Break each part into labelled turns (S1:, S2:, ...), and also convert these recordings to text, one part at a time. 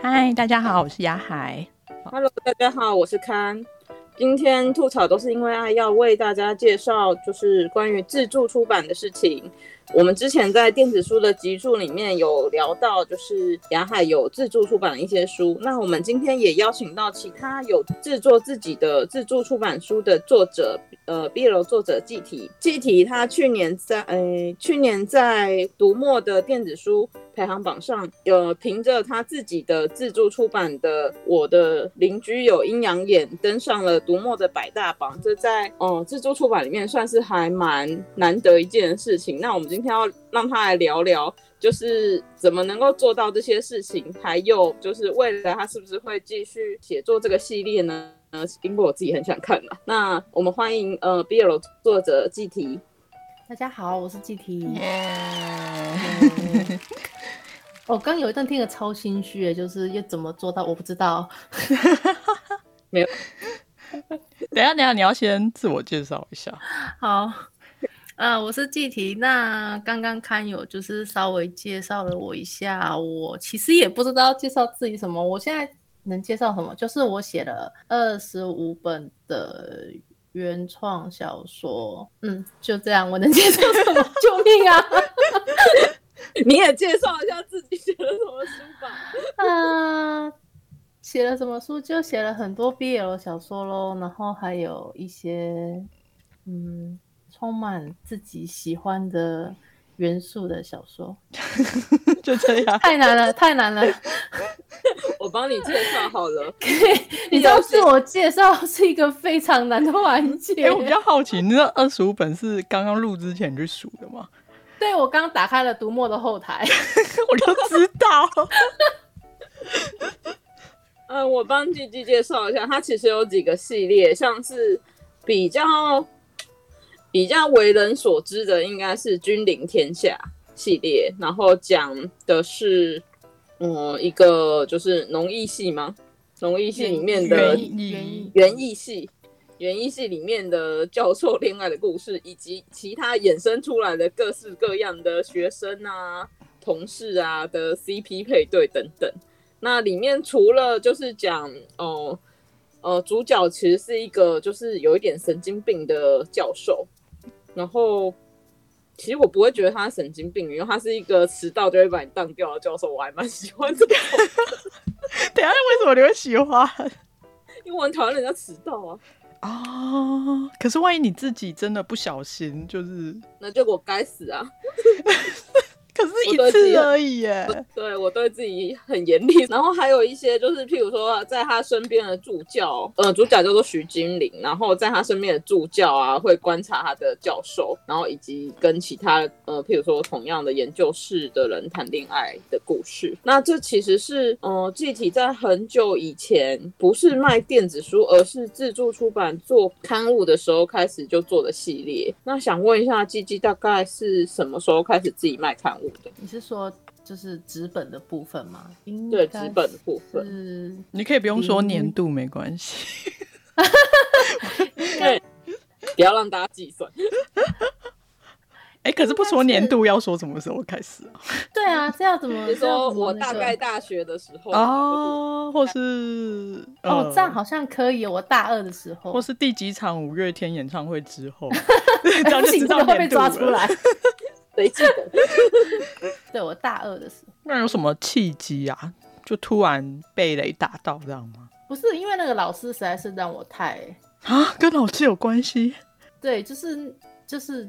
S1: 嗨，大家好，我是雅海。
S2: Hello，大家好，我是康。今天吐槽都是因为爱，要为大家介绍就是关于自助出版的事情。我们之前在电子书的集数里面有聊到，就是雅海有自助出版的一些书。那我们今天也邀请到其他有制作自己的自助出版书的作者，呃，BL 作者季体。季体他去年在，呃，去年在读墨的电子书排行榜上，呃，凭着他自己的自助出版的《我的邻居有阴阳眼》登上了读墨的百大榜，这在哦、呃、自助出版里面算是还蛮难得一件事情。那我们今天要让他来聊聊，就是怎么能够做到这些事情，还有就是未来他是不是会继续写作这个系列呢？呃，因为我自己很想看了。那我们欢迎呃 BL 作者季提。
S3: 大家好，我是季提。
S1: 耶
S3: 我刚有一段听得超心虚耶，就是要怎么做到我不知道。
S2: 没有，
S1: 等一下，等一下，你要先自我介绍一下。
S3: 好，啊，我是季提。那刚刚看友就是稍微介绍了我一下，我其实也不知道介绍自己什么。我现在能介绍什么？就是我写了二十五本的原创小说。嗯，就这样，我能介绍什么？ 救命啊！
S2: 你也介绍一下自己写了什么书吧。
S3: 啊，写了什么书？就写了很多 BL 小说喽，然后还有一些嗯，充满自己喜欢的元素的小说。
S1: 就这样，
S3: 太难了，太 难了！
S2: 我帮你介绍好了。
S3: 你知道自我介绍 是一个非常难的环
S1: 哎、
S3: 节。
S1: 我比较好奇，你那二十五本是刚刚录之前去数的吗？
S3: 对我刚打开了读墨的后 台，
S1: 我就知道，
S2: 呃，我帮季季介绍一下，它其实有几个系列，像是比较比较为人所知的，应该是《君临天下》系列，然后讲的是，嗯，一个就是农艺系吗？农艺系里面的
S1: 园艺
S3: 园艺
S2: 园艺系，园艺系里面的教授恋爱的故事，以及其他衍生出来的各式各样的学生啊、同事啊的 CP 配对等等。那里面除了就是讲哦呃主角其实是一个就是有一点神经病的教授，然后其实我不会觉得他神经病，因为他是一个迟到就会把你当掉的教授，我还蛮喜欢这个，
S1: 等一下为什么你会喜欢？
S2: 因为我很讨厌人家迟到啊。
S1: 哦，可是万一你自己真的不小心，就是，
S2: 那结果该死啊！
S1: 可是
S2: 我
S1: 一
S2: 都会记
S1: 次
S2: 得
S1: 而已耶。
S2: 对我对自己很严厉，然后还有一些就是，譬如说在他身边的助教，呃，主角叫做徐金玲，然后在他身边的助教啊，会观察他的教授，然后以及跟其他呃，譬如说同样的研究室的人谈恋爱的故事。那这其实是呃，具体在很久以前，不是卖电子书，而是自助出版做刊物的时候开始就做的系列。那想问一下，季季大概是什么时候开始自己卖刊物的？
S3: 你是说就是纸本的部分吗？应
S2: 对，纸
S3: 该
S2: 本的部分。
S3: 是
S1: 你可以不用
S2: 嗯
S1: 说年度，没关系。
S2: 不要让大家计算。
S1: 哎、可是不说年度，要说什么时候开始啊？
S3: 对啊，这样怎么？
S2: 就
S3: 这样
S2: 说
S3: 怎么
S2: 我
S3: 那
S2: 大
S3: 个
S2: 概大学的时候，
S1: 哦，或是
S3: 哦，
S1: 呃
S3: 这样好像可以。哦我大二的时候，
S1: 或是第几场五月天演唱会之 后，这
S3: 哎
S1: 样
S3: 不
S1: 就
S3: 行，
S1: 知
S3: 这
S1: 道
S3: 个会被
S1: 年度
S3: 抓出
S1: 了。
S3: 来。
S2: 谁记得？
S3: 对我大二的时候，
S1: 那有什么契机啊？就突然被雷打到这样吗？
S3: 不是因为那个老师实在是让我太
S1: 啊，跟老师有关系？
S3: 对，就是就是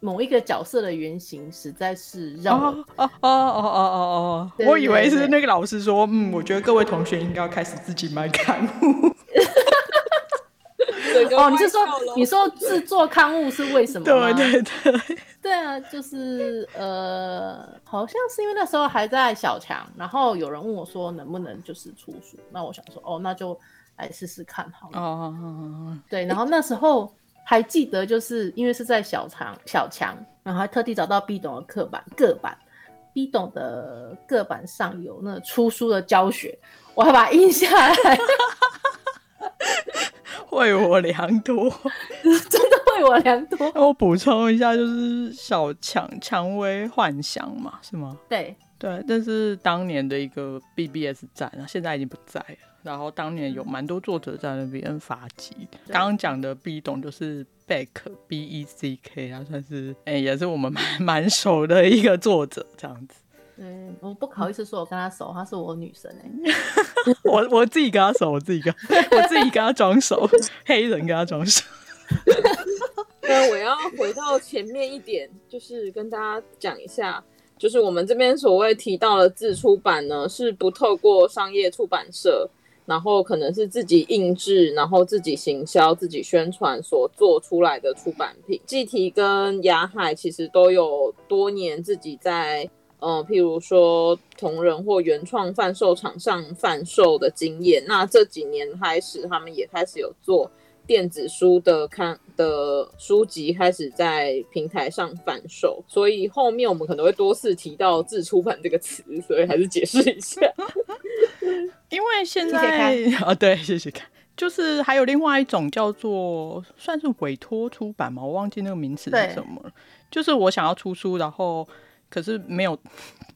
S3: 某一个角色的原型实在是让我、
S1: 哦哦哦哦哦哦哦！
S3: 对
S1: 我以为
S3: 对
S1: 是
S3: 对
S1: 那个老师说，嗯，我觉得各位同学应该要开始自己买刊 物。
S3: 哦，你是说你说制作刊物是为什么 吗？
S1: 对对对，
S3: 对啊，就是呃，好像是因为那时候还在小强，然后有人问我说能不能就是出书，那我想说哦，那就来试试看好了。
S1: 哦，
S3: 对，然后那时候还记得，就是因为是在小强小强，然后还特地找到 B 懂的课版各版，B 懂的各版上有那个出书的教学，我还把它印下来，
S1: 惠我良多。
S3: 真的为我良多。
S1: 那我补充一下，就是小蔷蔷薇幻想嘛，是吗？
S3: 对，
S1: 对，这是当年的一个 BBS 站啊，现在已经不在了。然后当年有蛮多作者在那边发迹。
S3: 对
S1: 刚刚讲的 B 董就是 Beck B E C K，他算是哎、也是我们蛮 蛮熟的一个作者这样子。
S3: 对，我不好意思说我跟他熟，她是我女神哎、
S1: 我我自己跟他熟，我自己跟 我自己跟他装熟，黑人跟他装熟。
S2: 那我要回到前面一点，就是跟大家讲一下，就是我们这边所谓提到的自出版呢，是不透过商业出版社，然后可能是自己印制，然后自己行销、自己宣传所做出来的出版品。季提跟雅海其实都有多年自己在。呃，譬如说同人或原创贩售场上贩售的经验，那这几年开始，他们也开始有做电子书的刊的书籍开始在平台上贩售，所以后面我们可能会多次提到“自出版”这个词，所以还是解释一 下。
S1: 因为现
S3: 谢谢
S1: 在啊，对，谢谢看，就是还有另外一种叫做算是委托出版嘛，我忘记那个名词
S3: 对
S1: 是什么了。就是我想要出书，然后可是没有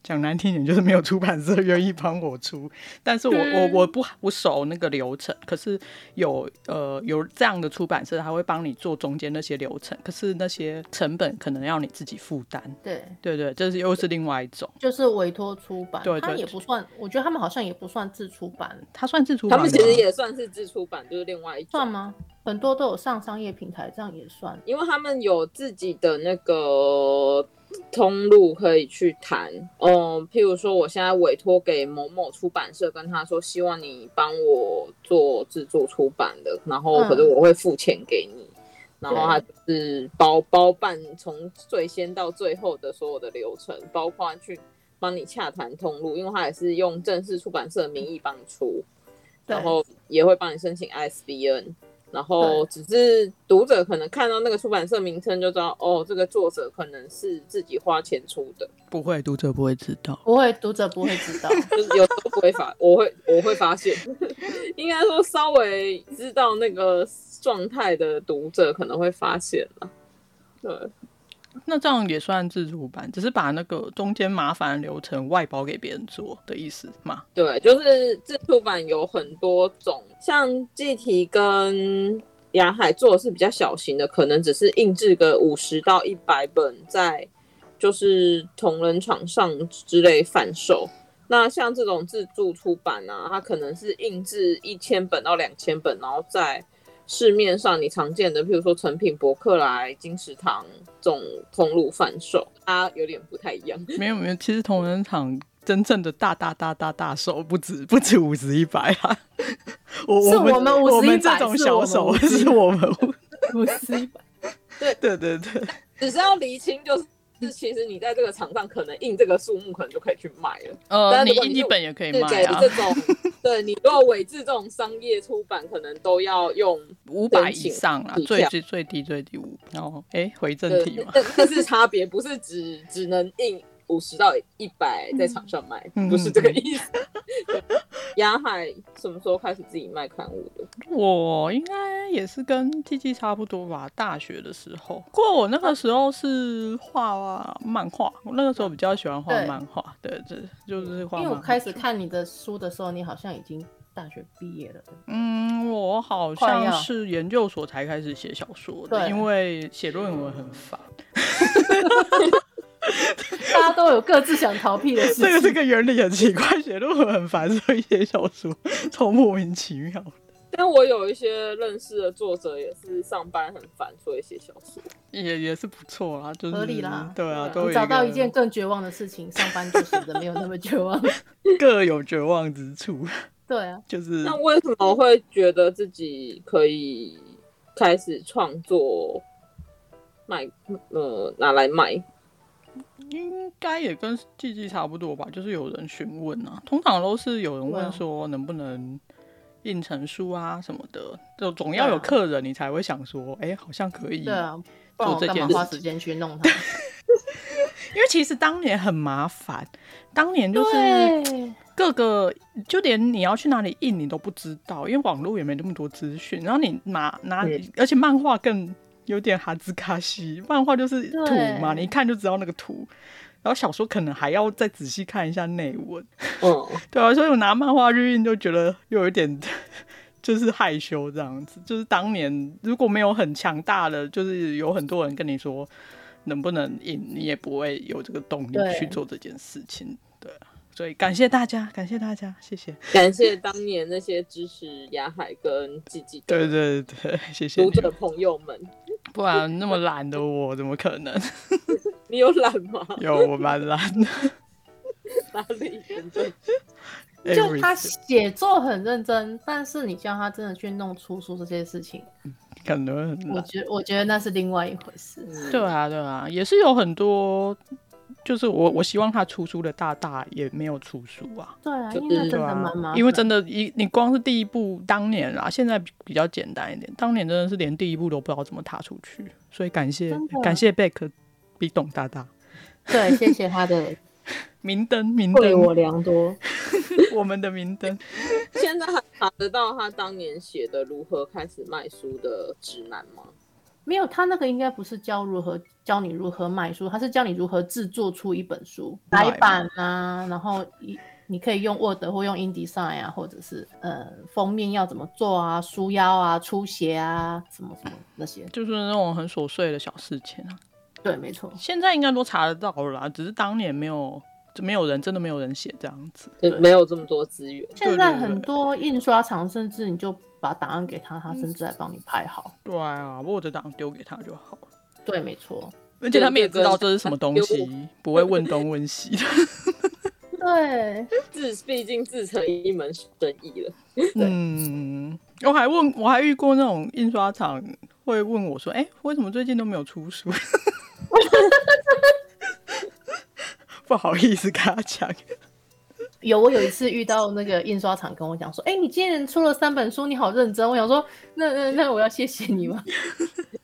S1: 讲难听一点，就是没有出版社愿意帮我出，但是我、
S3: 嗯
S1: 我我不不熟那个流程，可是有呃有这样的出版社，他会帮你做中间那些流程，可是那些成本可能要你自己负担。
S3: 对，
S1: 对对，这是又是另外一种，
S3: 就是委托出版，
S1: 对
S3: 他
S1: 对
S3: 也不算，我觉得他们好像也不算自出版，
S1: 它算自出
S2: 他
S1: 版
S2: 们
S1: 吗
S2: 其实也算是自出版，就是另外一种
S3: 嗯算，吗？很多都有上商业平台，这样也算。
S2: 因为他们有自己的那个通路可以去谈。嗯、譬如说我现在委托给某某出版社，跟他说希望你帮我做制作出版的，然后
S3: 嗯
S2: 可是我会付钱给你。然后
S3: 对
S2: 他就是包包办从最先到最后的所有的流程，包括去帮你洽谈通路，因为他也是用正式出版社的名义帮你出，
S3: 对
S2: 然后也会帮你申请 ISBN，然后只是读者可能看到那个出版社名称就知道，哦，这个作者可能是自己花钱出的，
S1: 不会，读者不会知道。
S3: 不会，读者不会知道。
S2: 就是有时候不会发，我会我会发现， 应该说稍微知道那个状态的读者可能会发现了，对。
S1: 那这样也算自主版，只是把那个中间麻烦的流程外包给别人做的意思 嘛？
S2: 对，就是自出版有很多种，像季题跟雅海做的是比较小型的，可能只是印制个五十到一百本在就是同人场上之类贩售。那像这种自助出版啊，它可能是印制一千本到两千本，然后在市面上你常见的，譬如说成品、博客来、金石堂这种通路贩售，它有点不太一样。
S1: 没有没有，其实同仁场真正的大大大大大手不止不止五十一百啊！我
S3: 是
S1: 们
S3: 我们
S1: 我们
S3: 50
S1: 这种小手
S3: 是
S1: 是我们，
S3: 不是吧？
S1: 对对 对，
S2: 只是要厘清，就是
S1: 嗯
S2: 其实你在这个场上可能印这个数目，可能就可以去卖了。
S1: 呃，
S2: 但
S1: 你
S2: 如果
S1: 印
S2: 你
S1: 一
S2: 是
S1: 本也可以
S2: 是
S1: 卖
S2: 给
S1: 啊
S2: 这，种，对你如果伪制这种商业出版，可能都要用，
S1: 五百以上啦
S2: 申，请
S1: 最最最低最低五。然后哎，回正
S2: 对
S1: 题嘛，
S2: 这这是差别，不是只只能印五十到一百在场上卖，
S1: 嗯
S2: 不是这个意思。雅海什么时候开始自己卖刊物的？
S1: 我应该也是跟 T T 差不多吧，大学的时候。不过我那个时候是画漫画，我那个时候比较喜欢画
S3: 对
S1: 漫画，对对，就是画
S3: 因
S1: 漫画。
S3: 为我开始看你的书的时候，你好像已经大学毕业了。
S1: 嗯，我好
S3: 快
S1: 像
S3: 要
S1: 是研究所才开始写小说的，
S3: 对
S1: 因为写论文很烦。
S3: 大家都有各自想逃避的事
S1: 这个这
S3: 情。
S1: 个原理很奇怪，写论文很烦，所以写小说超莫名其妙。
S2: 但我有一些认识的作者也是上班很烦，所以写小说。
S1: 也也是不错啦，就是
S3: 合理啦
S1: 对啊，
S2: 对啊
S1: 都有
S3: 你找到
S1: 个
S3: 一件更绝望的事情，上班就显得没有那么绝望。
S1: 各有绝望之处，
S3: 对 啊，
S1: 就是
S2: 那为什么会觉得自己可以开始创作卖？呃，拿来卖？
S1: 应该也跟季季差不多吧，就是有人询问啊，通常都是有人
S3: 对
S1: 问
S3: 啊
S1: 说能不能印成书啊什么的，就总要有
S3: 对啊
S1: 客人你才会想说，哎、好像可以，
S3: 对啊，不然我干嘛花时间去弄它？
S1: 因为其实当年很麻烦，当年就是
S3: 对，
S1: 各个就连你要去哪里印你都不知道，因为网络也没那么多资讯，然后你拿拿
S2: 对，
S1: 而且漫画更有点哈兹卡西，漫画就是
S3: 对
S1: 图嘛，你一看就知道那个图。然后小说可能还要再仔细看一下内文，
S2: 嗯，
S1: 对啊，所以我拿漫画日运就觉得又有一点 就是害羞这样子，就是当年如果没有很强大的，就是有很多人跟你说能不能赢，你也不会有这个动力
S3: 对
S1: 去做这件事情，对啊。所以感谢大家，感谢大家，谢谢。
S2: 感谢当年那些支持雅海跟吉吉
S1: 对
S2: 的
S1: 对对，谢谢你
S2: 读
S1: 们。
S2: 者朋友们，
S1: 不然那么懒的我怎么可能？
S2: 你有懒吗？
S1: 有我蛮懒的。
S2: 哪里很正？
S3: 就他
S1: Everything
S3: 写作很认真，但是你叫他真的去弄出书这些事情，
S1: 可能很
S3: 我
S1: 懒。
S3: 觉我觉得那是另外一回事。
S1: 对啊，对啊，也是有很多，就是我我希望他出书的大大也没有出书啊。
S3: 对啊，
S2: 就
S3: 因为那
S2: 是
S3: 真
S1: 对
S3: 的
S1: 啊
S3: 蛮麻，烦。
S1: 因为真的，一你光是第一部当年啦，现在比比较简单一点。当年真的是连第一步都不知道怎么踏出去，所以感谢
S3: 真的
S1: 感谢贝克比董大大
S3: 对，谢谢他的
S1: 明灯明
S3: 惠
S1: 灯，
S3: 我良多。
S1: 我们的明 灯。
S2: 现在还查得到他当年写的如何开始卖书的指南吗？
S3: 没有，他那个应该不是教如何教你如何卖书，他是教你如何制作出一本书，
S1: 买
S3: 排版啊，然后一你可以用 Word 或用 InDesign 啊，或者是呃封面要怎么做啊，书腰啊、出鞋啊，什么什么那些。
S1: 就是那种很琐碎的小事情啊。
S3: 对，没错，
S1: 现在应该都查得到了啦，只是当年没有，就没有人真的没有人写这样子。
S2: 就没有这么多资源，
S3: 现在
S1: 对对
S3: 很多印刷厂甚至你就把档案给他，他甚至来帮你拍好。
S1: 对啊，我的档丢给他就好了。
S3: 对，没错，
S1: 而且他们也知道这是什么东
S2: 对对
S1: 西，不会问东问西的。
S3: 对，
S2: 自毕竟自成一门生意了。
S1: 嗯，我还问，我还遇过那种印刷厂会问我说：“哎、为什么最近都没有出书？” 不好意思跟他讲，
S2: 嗯
S3: 有，我有一次遇到那个印刷厂跟我讲说，哎、你今年出了三本书，你好认真。我想说，那那那我要谢谢你吗？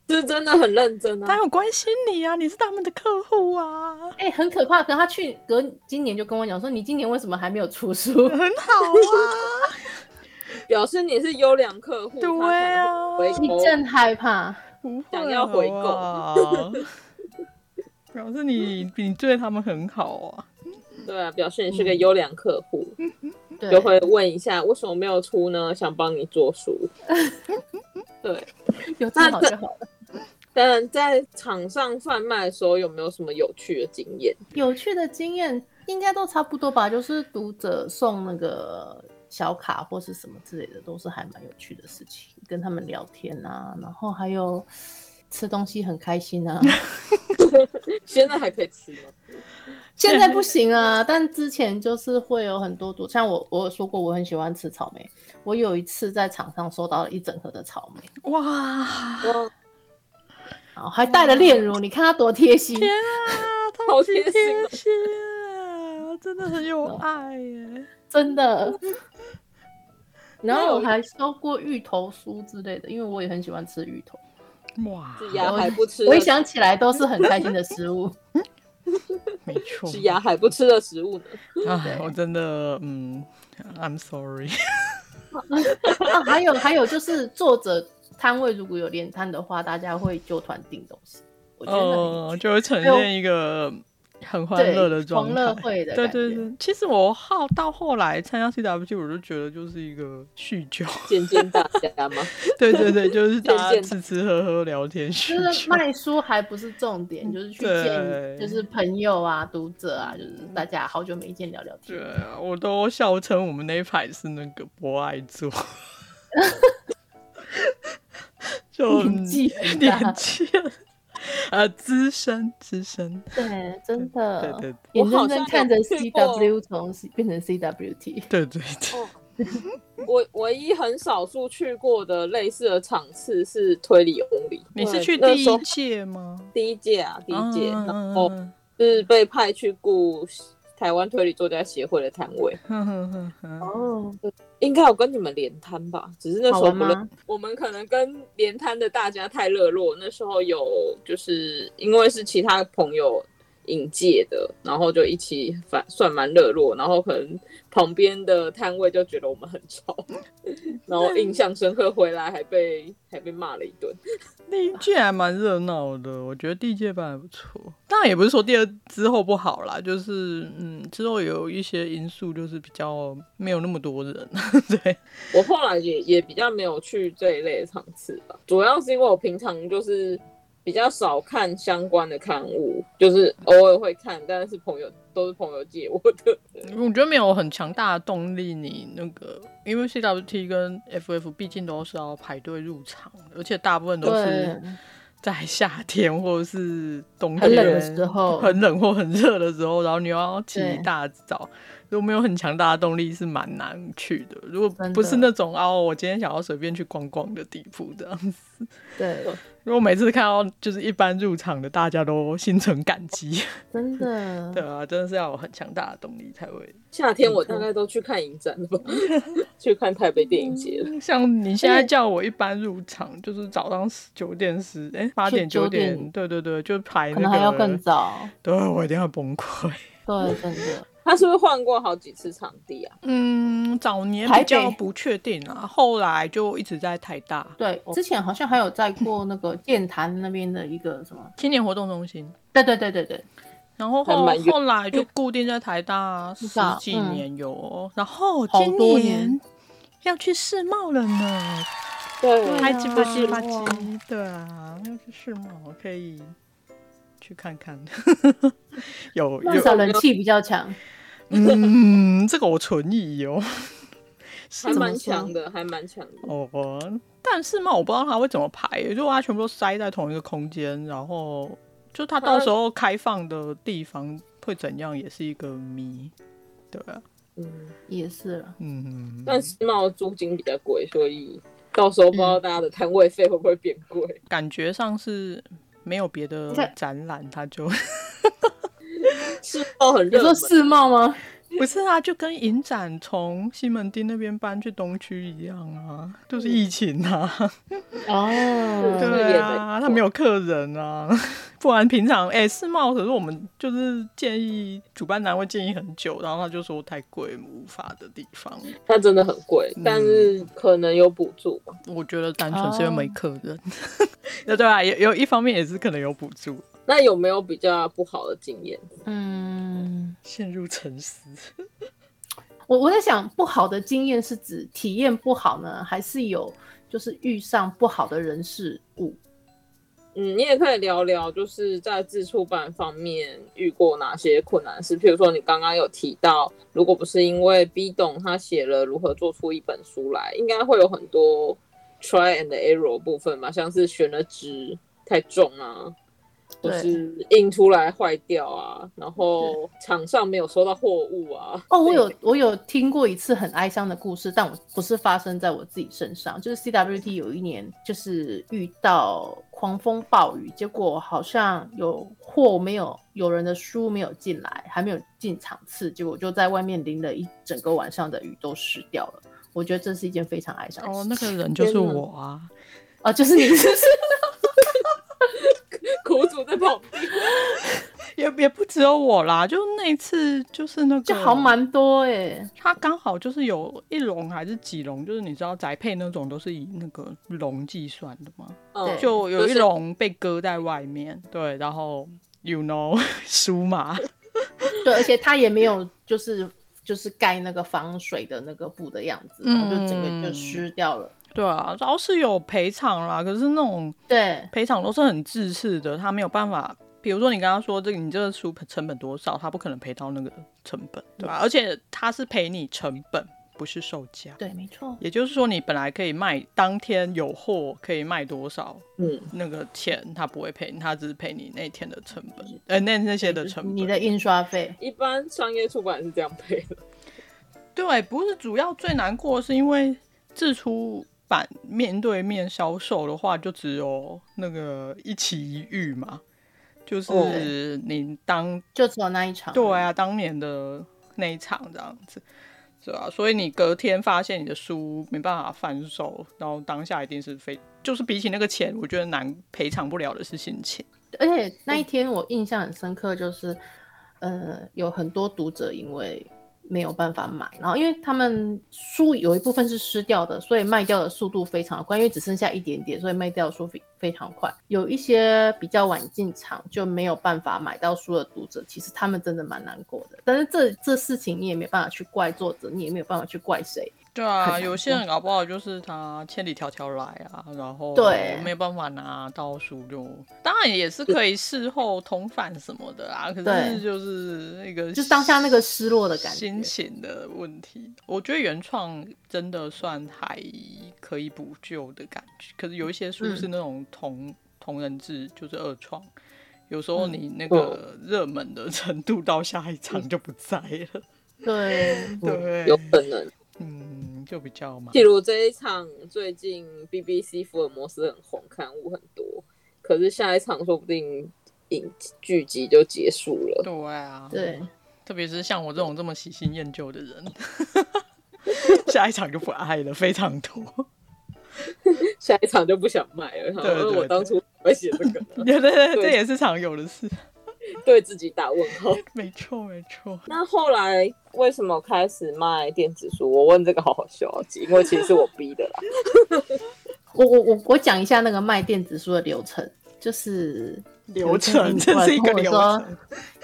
S2: 是真的很认真
S1: 他
S2: 啊，
S1: 有关心你啊，你是他们的客户啊，
S3: 哎、很可怕。可他去隔今年就跟我讲说，你今年为什么还没有出书？
S1: 很
S2: 啊
S1: 好
S2: 表示你是优良客户，
S1: 对啊
S2: 他才会回
S3: 你
S2: 购
S3: 正害怕。
S1: 啊， 不会
S2: 想要回购
S1: 购， 表示你你对他们很好啊。
S2: 对啊，表示你是个优良客户，
S1: 嗯
S3: 对，
S2: 就会问一下为什么没有出呢？想帮你做书。 对，
S3: 有这么好就好了。
S2: 当然在场上贩卖的时候有没有什么有趣的经验？
S3: 有趣的经验应该都差不多吧，就是读者送那个小卡或是什么之类的，都是还蛮有趣的事情，跟他们聊天啊，然后还有吃东西很开心啊。
S2: 现在还可以吃吗？
S3: 现在不行啊，但之前就是会有很多读，像我我有说过我很喜欢吃草莓，我有一次在场上收到了一整盒的草莓，
S1: 哇，
S2: 哇，
S3: 然哦后还带了炼乳，你看他多贴心。
S1: 天啊，
S2: 好
S1: 超级
S2: 贴
S1: 贴
S2: 心哦
S1: 心啊，真的很有爱耶。
S3: 真的。然后我还收过芋头酥之类的，因为我也很喜欢吃芋头。
S1: 哇，
S2: 嗯是牙海不吃的，
S3: 我一想起来都是很开心的食物。
S1: 没错
S2: 是牙海不吃的食物呢。
S1: 啊，我真的，嗯，I'm sorry，
S3: 啊，还有还有就是作者摊位如果有连摊的话，大家会揪团订东西。我觉得那很有
S1: 呃，
S3: 趣
S1: 就会呈现一个很欢乐的
S3: 对
S1: 状态，
S3: 同乐会的
S1: 对
S3: 感
S1: 对
S3: 觉
S1: 对，其实我后到后来参加 CWG，我就觉得就是一个酗酒，
S2: 见见大家吗？
S1: 对对 对，就是大家
S2: 渐渐
S1: 吃吃喝喝聊天酗
S3: 就是
S1: 酒，
S3: 卖书还不是重点，就是去
S1: 对
S3: 见就是朋友啊、读者啊，就是大家好久没见聊聊
S1: 对
S3: 天。
S1: 啊，我都笑称我们那一排是那个博爱座， 就
S3: 年纪
S1: 嗯
S3: 很 大
S1: 年纪了，呃，资深资深，
S3: 对，真的。
S1: 对对
S3: 眼
S2: 我好像
S3: 睁睁
S2: 有
S3: 看着
S2: 去过
S3: CW 从 C- 变成 CWT。
S1: 对对对，
S2: 我唯一很少数去过的类似的场次是推理 only。
S1: 你是去
S2: 那
S1: 第
S2: 时候
S1: 一届吗？
S2: 第一届啊，第一届，
S1: 嗯
S2: 然后是被派去雇台湾推理作家协会的摊位，
S1: 嗯嗯嗯嗯嗯
S3: 哦，
S2: 应该有跟你们连摊吧？只是那时
S3: 好
S2: 候
S3: 玩
S2: 不认
S3: 吗？
S2: 我们可能跟连摊的大家太热络，那时候有就是因为是其他朋友引介的，然后就一起反算蛮热络，然后可能旁边的摊位就觉得我们很吵， 然后印象深刻，回来还被还被骂了一顿。
S1: 第一届还蛮热闹的，我觉得第一届办还不错。当然也不是说第二之后不好啦，就是嗯，之后有一些因素就是比较没有那么多人， 对，
S2: 我后来也也比较没有去这一类的场次吧，主要是因为我平常就是比较少看相关的刊物，就是偶尔会看，但是朋友都是朋友借我的。
S1: 我觉得没有很强大的动力。你那个，因为 CWT 跟 FF 毕竟都是要排队入场，而且大部分都是
S3: 对，
S1: 在夏天或者是冬天
S3: 很冷的时候
S1: 很冷或很热的时候，然后你又要起
S3: 对
S1: 一大早，如果没有很强大的动力是蛮难去的。如果
S3: 真
S1: 不是
S3: 的
S1: 那种啊，我今天想要随便去逛逛的地步这样子。
S3: 对，
S1: 如果每次看到就是一般入场的，大家都心存感激，
S3: 真的，
S1: 对啊，真的是要有很强大的动力才会。
S2: 夏天我大概都去看影展了 吧，去看台北电影节了。
S1: 像你现在
S3: 而且
S1: 叫我一般入场，就是早上九点十，哎，八点
S3: 九
S1: 九点，
S3: 点
S1: 对对对，就排
S3: 可
S1: 那
S3: 能还要更
S1: 个，
S3: 早，
S1: 对我一定要崩溃。
S3: 对，真 的，
S2: 他是不是换过好几次场地啊？
S1: 嗯，早年
S3: 台
S1: 比
S3: 北
S1: 较不确定啊，后来就一直在台大
S3: 对，之前好像还有在过那个剑潭那边的一个什么，
S1: 青年活动中心，
S3: 对对对对对，
S1: 然后
S2: 还
S1: 后
S2: 蛮远
S1: 后来就固定在台大啊十
S3: 知道
S1: 几
S3: 嗯
S1: 年有哦，然后
S3: 好
S1: 今
S3: 多
S1: 年
S3: 年
S1: 要去世贸了呢，
S2: 对
S3: 对啊
S1: 还记不记吧
S3: 世贸
S1: 唧？对啊，要去世贸可以去看 看， 有
S3: 至
S1: 有
S3: 少人气比较强，
S1: 嗯，这个我存疑 哦。
S2: 还
S3: 怎么
S2: 蛮
S3: 说
S2: 强的，还蛮强的。
S1: 哦，但是嘛，我不知道他会怎么排，如果他全部都塞在同一个空间，然后就他到时候开放的地方会怎样，也是一个谜。对啊，
S2: 嗯，
S3: 也是了，
S1: 嗯，
S2: 但世贸租金比较贵，所以到时候不知道大家的摊位费会不会变贵。
S1: 感觉上是没有别的
S3: 在
S1: 展览，他就
S2: 世贸很
S3: 你
S2: 热门啊
S3: 说，世贸吗？
S1: 不是啊，就跟影展从西门町那边搬去东区一样啊，就是疫情啊。
S3: 哦，
S2: 对
S1: 对
S2: 也
S1: 啊，
S2: 没
S1: 他没有客人啊， 不然平常哎世贸，可是我们就是建议主办单位建议很久，然后他就说太贵无法的地方，
S2: 它真的很贵，但是可能有补助吧。
S1: 我觉得单纯是因为没客人。 那、对啊，有有一方面也是可能有补助，
S2: 那有没有比较不好的经验？
S3: 嗯。
S1: 陷入沉思。
S3: 我我在想，不好的经验是指体验不好呢，还是有就是遇上不好的人事物？
S2: 嗯，你也可以聊聊，就是在自出版方面遇过哪些困难事。譬如说，你刚刚有提到，如果不是因为 B 董他写了如何做出一本书来，应该会有很多 try and error 部分吧，像是选的纸太重啊，或
S3: 对
S2: 是印出来坏掉啊，然后厂商没有收到货物啊。
S3: 哦，我有我有听过一次很哀伤的故事，但我不是发生在我自己身上，就是 CWT 有一年就是遇到狂风暴雨，结果好像有货没有，有人的书没有进来，还没有进场次，结果就在外面淋了一整个晚上的雨，都湿掉了。我觉得这是一件非常哀伤的事
S1: 哦，
S3: 情。
S1: 那个人就是
S2: 天哪
S1: 我啊，
S3: 哦，就是你，是不是？
S2: 苦主在跑步，
S1: 也也不只有我啦，就那一次就是那个
S3: 就好蛮多哎、
S1: 它刚好就是有一笼还是几笼，就是你知道宅配那种都是以那个笼计算的吗？
S2: 嗯，
S1: 就有一
S2: 是
S1: 笼被搁在外面，对，然后 you know 输嘛，
S3: 对，而且它也没有就是就是盖那个防水的那个布的样子，然后就整个就湿掉了。
S1: 对啊，然后是有赔偿啦，可是那种
S3: 对，
S1: 赔偿都是很自私的，他没有办法。比如说你跟他说这个你这个书成本多少，他不可能赔到那个成本，对吧、而且他是赔你成本，不是售价。
S3: 对，没错，
S1: 也就是说，你本来可以卖当天有货可以卖多少
S2: 嗯，
S1: 那个钱，他不会赔你，他只是赔你那天的成本，呃，那那些的成本。
S3: 你的印刷费，
S2: 一般商业出版是这样配的。
S1: 对，不是主要最难过，是因为自出版面对面销售的话，就只有那个一期一遇嘛，就是你当、
S3: 就只有那一场。
S1: 对，啊当年的那一场这样子，是吧、所以你隔天发现你的书没办法贩售，然后当下一定是非，就是比起那个钱，我觉得难赔偿不了的是心情。
S3: 而且那一天我印象很深刻，就是呃，有很多读者因为没有办法买，然后因为他们书有一部分是湿掉的，所以卖掉的速度非常快，因为只剩下一点点，所以卖掉的速度非非常快。有一些比较晚进场就没有办法买到书的读者，其实他们真的蛮难过的。但是这这事情你也没办法去怪作者，你也没有办法去怪谁，
S1: 对啊，
S3: 很
S1: 有
S3: 难
S1: 些人搞不好就是他千里迢迢来啊，然后
S3: 对
S1: 没有办法拿到书就，当然也是可以事后通贩什么的啊，可是
S3: 对
S1: 就是那个
S3: 就是当下那个失落的感觉。
S1: 心情的问题。我觉得原创真的算还可以补救的感觉，可是有一些书
S3: 嗯
S1: 是那种同、同人志，就是二创。有时
S3: 嗯
S1: 候你那个热门的程度到下一场就不在了，
S3: 对，
S1: 对
S2: 有可能。
S1: 嗯，就比较麻
S2: 譬如这一场最近 BBC 福尔摩斯很红，刊物很多，可是下一场说不定影剧集就结束了。
S1: 对啊，
S3: 对，
S1: 特别是像我这种这么喜新厌旧的人，下一场就不爱了，非常多。
S2: 下一场就不想买了，
S1: 对
S2: 然后
S1: 对
S2: 我当初会写这个呢，
S1: 对对对，
S2: 对
S1: 这也是常有的事，
S2: 对自己打问号。
S1: 没错没错。
S2: 那后来为什么开始卖电子书？我问这个好好笑哦，因为其实是我逼的啦。
S3: 我我我我讲一下那个卖电子书的流程，就是
S1: 流程，这是一个流。程。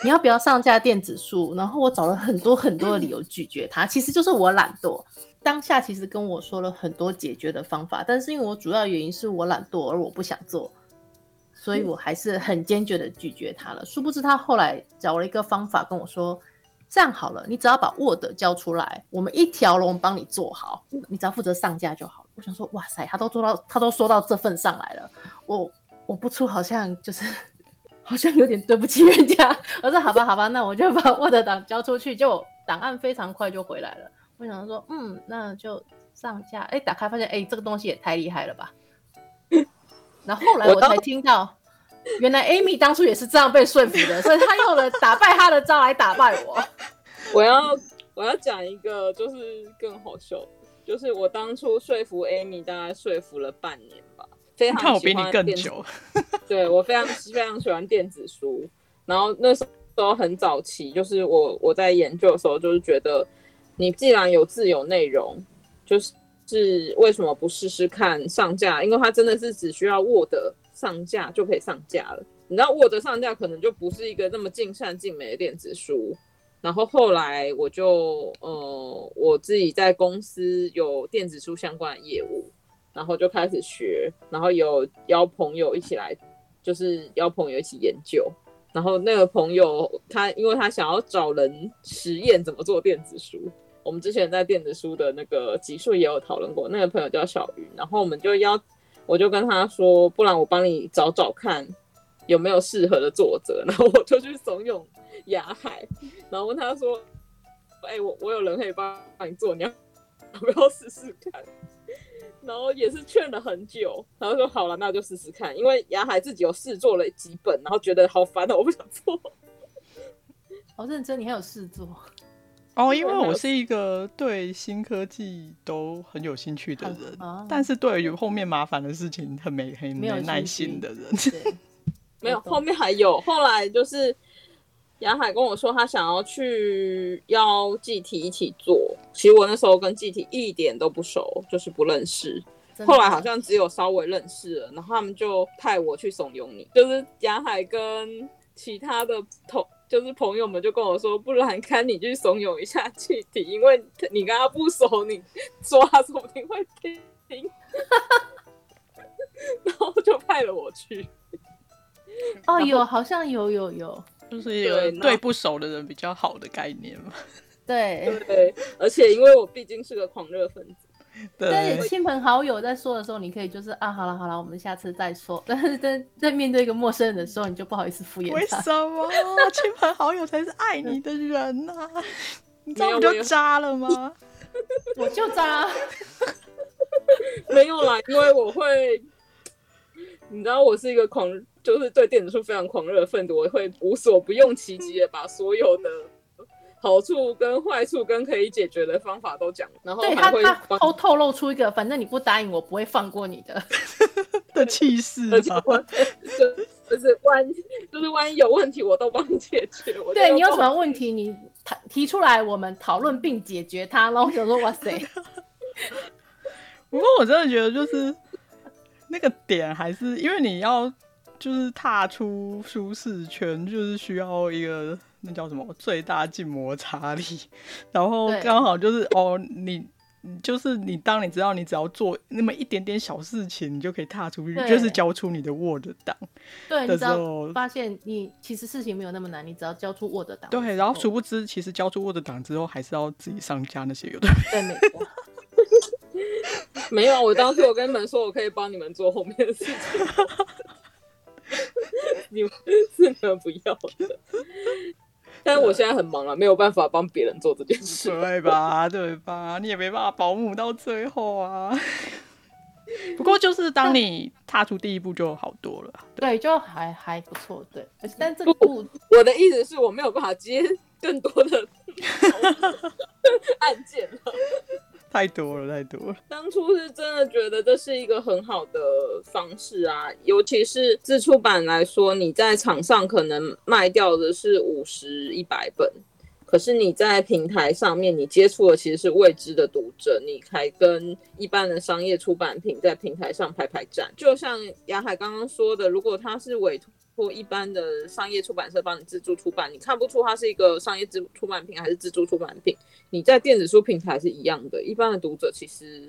S3: 你要不要上架电子书？然后我找了很多很多的理由拒绝他，其实就是我懒惰。当下其实跟我说了很多解决的方法，但是因为我主要原因是我懒惰，而我不想做，所以我还是很坚决的拒绝他了。殊不知他后来找了一个方法跟我说。这样好了，你只要把 Word 交出来，我们一条龙帮你做好，你只要负责上架就好了。我想说，哇塞，他都做到，他都说到这份上来了，我我不出好像就是 好像有点对不起人家。我说好吧，好吧，那我就把 Word 档交出去，就档案非常快就回来了。我想说，嗯，那就上架。哎，打开发现，哎，这个东西也太厉害了吧。然后后来
S2: 我
S3: 我
S2: 当
S3: 才听到，原来 Amy 当初也是这样被说服的，所以她用了打败他的招来打败我。
S2: 我要我要讲一个，就是更好笑的，就是我当初说服 Amy，大概说服了半年吧。非
S1: 你
S2: 常
S1: 看我
S2: 喜
S1: 比你
S2: 欢
S1: 更
S2: 电子
S1: 久，
S2: 对我非常非常喜欢电子书，然后那时候很早期，就是我我在研究的时候，就是觉得你既然有字有内容，就是是为什么不试试看上架？因为它真的是只需要 Word 上架就可以上架了。你知道 Word 上架可能就不是一个那么尽善尽美的电子书。然后后来我就呃我自己在公司有电子书相关的业务，然后就开始学，然后有邀朋友一起来就是邀朋友一起研究。然后那个朋友他，因为他想要找人实验怎么做电子书，我们之前在电子书的那个集数也有讨论过。那个朋友叫小云，然后我们就邀，我就跟他说，不然我帮你找找看有没有适合的作者。 然后我就去怂恿雅海，然后问他说，哎、我我有人可以帮你做，你要要不要试试看？然后也是劝了很久，然后说好了，那就试试看。因为雅海自己有试做了几本，然后觉得好烦哦，我不想 做。
S3: 好哦认真，你还有事做，
S1: 哦，因为我是一个对新科技都很有兴趣的人，
S3: 啊
S1: 但是对于后面麻烦的事情很嗯没很
S3: 没有兴趣
S1: 耐心的人。
S3: 对，
S2: 没有，
S3: 我懂
S2: 后面还有。后来就是雅海跟我说，他想要去邀季体一起做。其实我那时候跟季体一点都不熟，就是不认识。
S3: 真的 哦
S2: 后来好像只有稍微认识了，然后他们就派我去怂恿你，就是雅海跟其他的同。就是朋友们就跟我说，不然看你去怂恿一下具体，因为你跟他不熟，你说他说不定会听， 然后就派了我去。
S3: 哦，有好像有有有，
S1: 就是一个
S2: 对那
S1: 对不熟的人比较好的概念嘛。
S3: 对
S2: 对，而且因为我毕竟是个狂热分子，
S3: 对，
S1: 对，
S3: 亲朋好友在说的时候，你可以就是啊，好了好了，我们下次再说。但是在在面对一个陌生人的时候，你就不好意思敷
S1: 为
S3: 衍他。
S1: 什么亲朋好友才是爱你的人 呐、你知道
S2: 没
S1: 我
S2: 有我
S1: 就
S2: 有
S1: 渣了 吗？
S3: 我就啊渣，
S2: 没有啦，因为我会，你知道我是一个狂，就是对电子书非常狂热的分子，我会无所不用其极的把所有的 好处跟坏处跟可以解决的方法都讲，然后
S3: 对
S2: 还
S3: 他
S2: 会
S3: 他
S2: 帮
S3: 偷透露出一个，反正你不答应我，不会放过你的。
S1: 的气势
S2: 而且
S1: 吗？
S2: 我对就是万就是万一有问题我都帮你解决。我
S3: 对
S2: 就
S3: 你有什么
S2: 帮
S3: 问题，你提提出来，我们讨论并解决它。然后我想说，哇塞，
S1: 不过我真的觉得就是那个点，还是因为你要就是踏出舒适圈，就是需要一个那叫什么最大静摩擦力，然后
S3: 对
S1: 刚好就是哦，你你就是你，当你知道你只要做那么一点点小事情，你就可以踏出去，
S3: 对
S1: 就是交出你的 Word 档，
S3: 对
S1: 的
S3: 你只要
S1: 时候
S3: 发现你其实事情没有那么难，你只要交出 Word 档的时候。
S1: 对，然后殊不知其实交出 Word 档之后，还是要自己上架那些有的
S3: 对，没错。
S2: 没有，啊我当初我跟你们说，我可以帮你们做后面的事情， 你们是你们不要的。但我现在很忙了，啊没有办法帮别人做这件事。
S1: 对吧？对吧？你也没办法保姆到最后啊。不过就是 当你踏出第一步就好多了啊。
S3: 对，就还还不错，对。而且但这个步
S2: 我的意思是我没有办法接更多的 案件了。
S1: 太多了，太多了。
S2: 当初是真的觉得这是一个很好的方式啊，尤其是自出版来说，你在场上可能卖掉的是五十一百本，可是你在平台上面，你接触的其实是未知的读者，你还跟一般的商业出版品在平台上排排站。就像雅海刚刚说的，如果他是委托一般的商业出版社帮你自助出版，你看不出它是一个商业自出版品还是自助出版品。你在电子书平台是一样的，一般的读者其实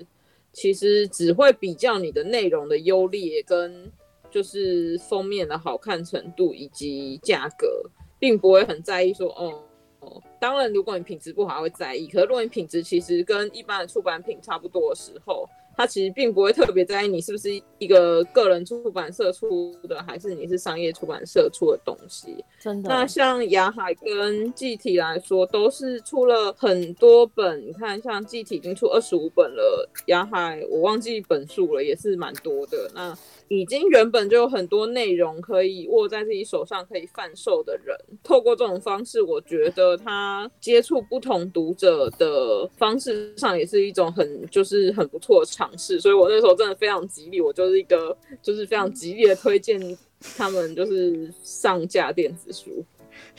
S2: 其实只会比较你的内容的优劣跟就是封面的好看程度以及价格，并不会很在意说哦。哦，当然，如果你品质不好，还会在意。可是，如果你品质其实跟一般的出版品差不多的时候，它其实并不会特别在意你是不是一个个人出版社出的，还是你是商业出版社出的东西。
S3: 真的
S2: 那像雅海跟季体来说，都是出了很多本。你看，像季体已经出二十五本了，雅海我忘记本数了，也是蛮多的。那已经原本就有很多内容可以握在自己手上可以贩售的人，透过这种方式，我觉得他接触不同读者的方式上也是一种很就是很不错的尝试。所以我那时候真的非常极力，我就是一个就是非常极力的推荐他们就是上架电子书。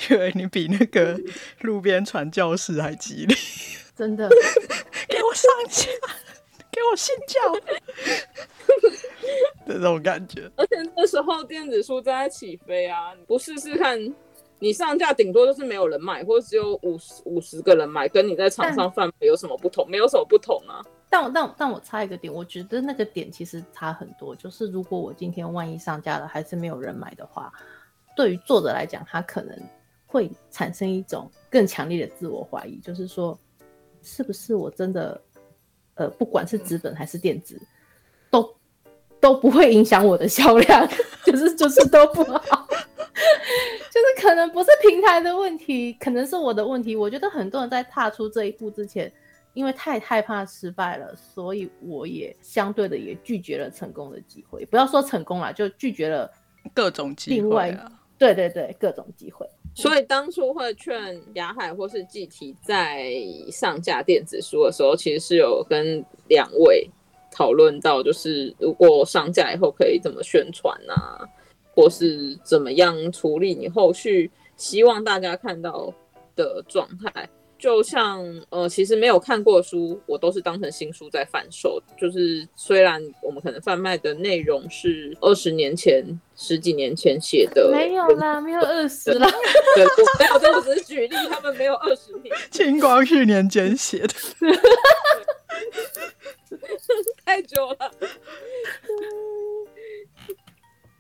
S1: 因为你比那个路边传教士还激烈，
S3: 真的，
S1: 给我上架，给我信教， 这种感觉。
S2: 而且那时候电子书正在起飞啊，你不试试看，你上架顶多就是没有人买，或者只有五十五十个人买，跟你在场上贩卖有什么不同？没有什么不同啊。
S3: 但我但我但我差一个点，我觉得那个点其实差很多。就是如果我今天万一上架了，还是没有人买的话，对于作者来讲，他可能会产生一种更强烈的自我怀疑，就是说，是不是我真的，呃，不管是纸本还是电子，都都不会影响我的销量， 就是就是都不好。 就是可能不是平台的问题，可能是我的问题。我觉得很多人在踏出这一步之前，因为太害怕失败了，所以我也相对的也拒绝了成功的机会。不要说成功啦，就拒绝了，
S1: 各种机
S3: 另
S1: 会
S3: 外
S1: 啊，
S3: 对对对，各种机会。
S2: 所以当初会劝雅海或是季提在上架电子书的时候，其实是有跟两位讨论到，就是如果上架以后可以怎么宣传啊，或是怎么样处理你后续希望大家看到的状态。就像呃，其实没有看过的书，我都是当成新书在贩售。就是虽然我们可能贩卖的内容是二十年前、十几年前写的，
S3: 没有啦，没有二十啦，
S2: 对，我没有，但我只是举例，他们没有二十年，
S1: 清光绪年间写的。
S2: 太久了。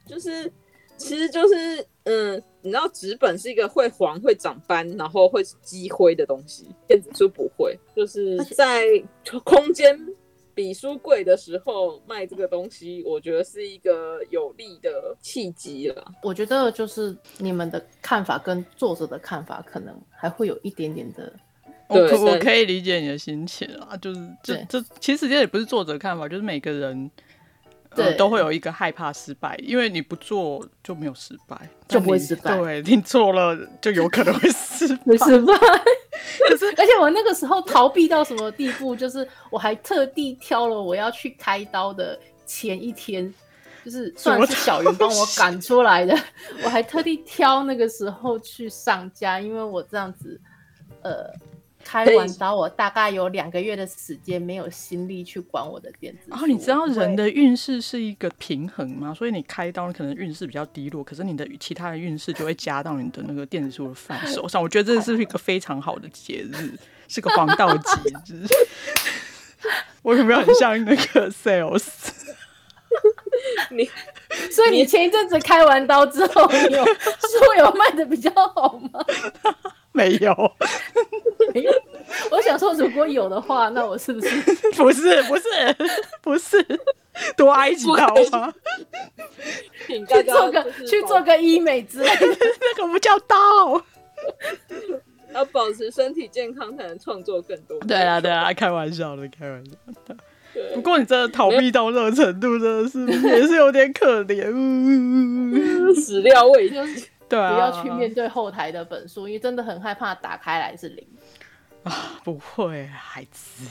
S2: 就是，其实就是，嗯，你知道纸本是一个会黄、会长斑，然后会积灰的东西，电子书不会。就是在空间比书贵的时候卖这个东西，我觉得是一个有利的契机了。
S3: 我觉得就是你们的看法跟作者的看法，可能还会有一点点的，
S1: 我
S2: 对
S1: 可我
S2: 但
S1: 可以理解你的心情啊，就是这这其实这也不是作者看法，就是每个人呃
S3: 对
S1: 都会有一个害怕失败，因为你不做就没有失败，
S3: 就不会
S1: 但你
S3: 失败
S1: 对，你做了就有可能会失败
S3: 没。失败。而且我那个时候逃避到什么地步，就是我还特地挑了我要去开刀的前一天就是算是小云帮我赶出来的， 我还特地挑那个时候去上架，因为我这样子，呃，开完刀我大概有两个月的时间没有心力去管我的电子书。
S1: 然后哦你知道人的运势是一个平衡吗？所以你开刀，你可能运势比较低落，可是你的其他的运势就会加到你的那个电子书的范畴上。我觉得这是一个非常好的节日，是个黄道吉日。 我有没有很像那个 sales？
S2: 你
S3: 所以你前一阵子开完刀之后，你有书有卖的比较好吗？
S1: 没有，
S3: 没有。我想说，如果有的话，那我是不是
S1: 不是， 不是，不是，多挨几刀 吗？
S2: 请大
S3: 去
S2: 家
S3: 做个
S2: 就是
S3: 去
S2: 保
S3: 做个医美之类的？
S1: 那个不叫刀。
S2: 要保持身体健康，才能创作更多。
S1: 对啊，对啊，开玩笑的，开玩笑的。
S2: 对
S1: 不过你真的逃避到这个程度，真的是 也是有点可怜。呜
S2: 始嗯料未及。
S3: 就是
S1: 对啊，
S3: 不要去面对后台的本数，因为真的很害怕打开来是零。
S1: 不会，孩子。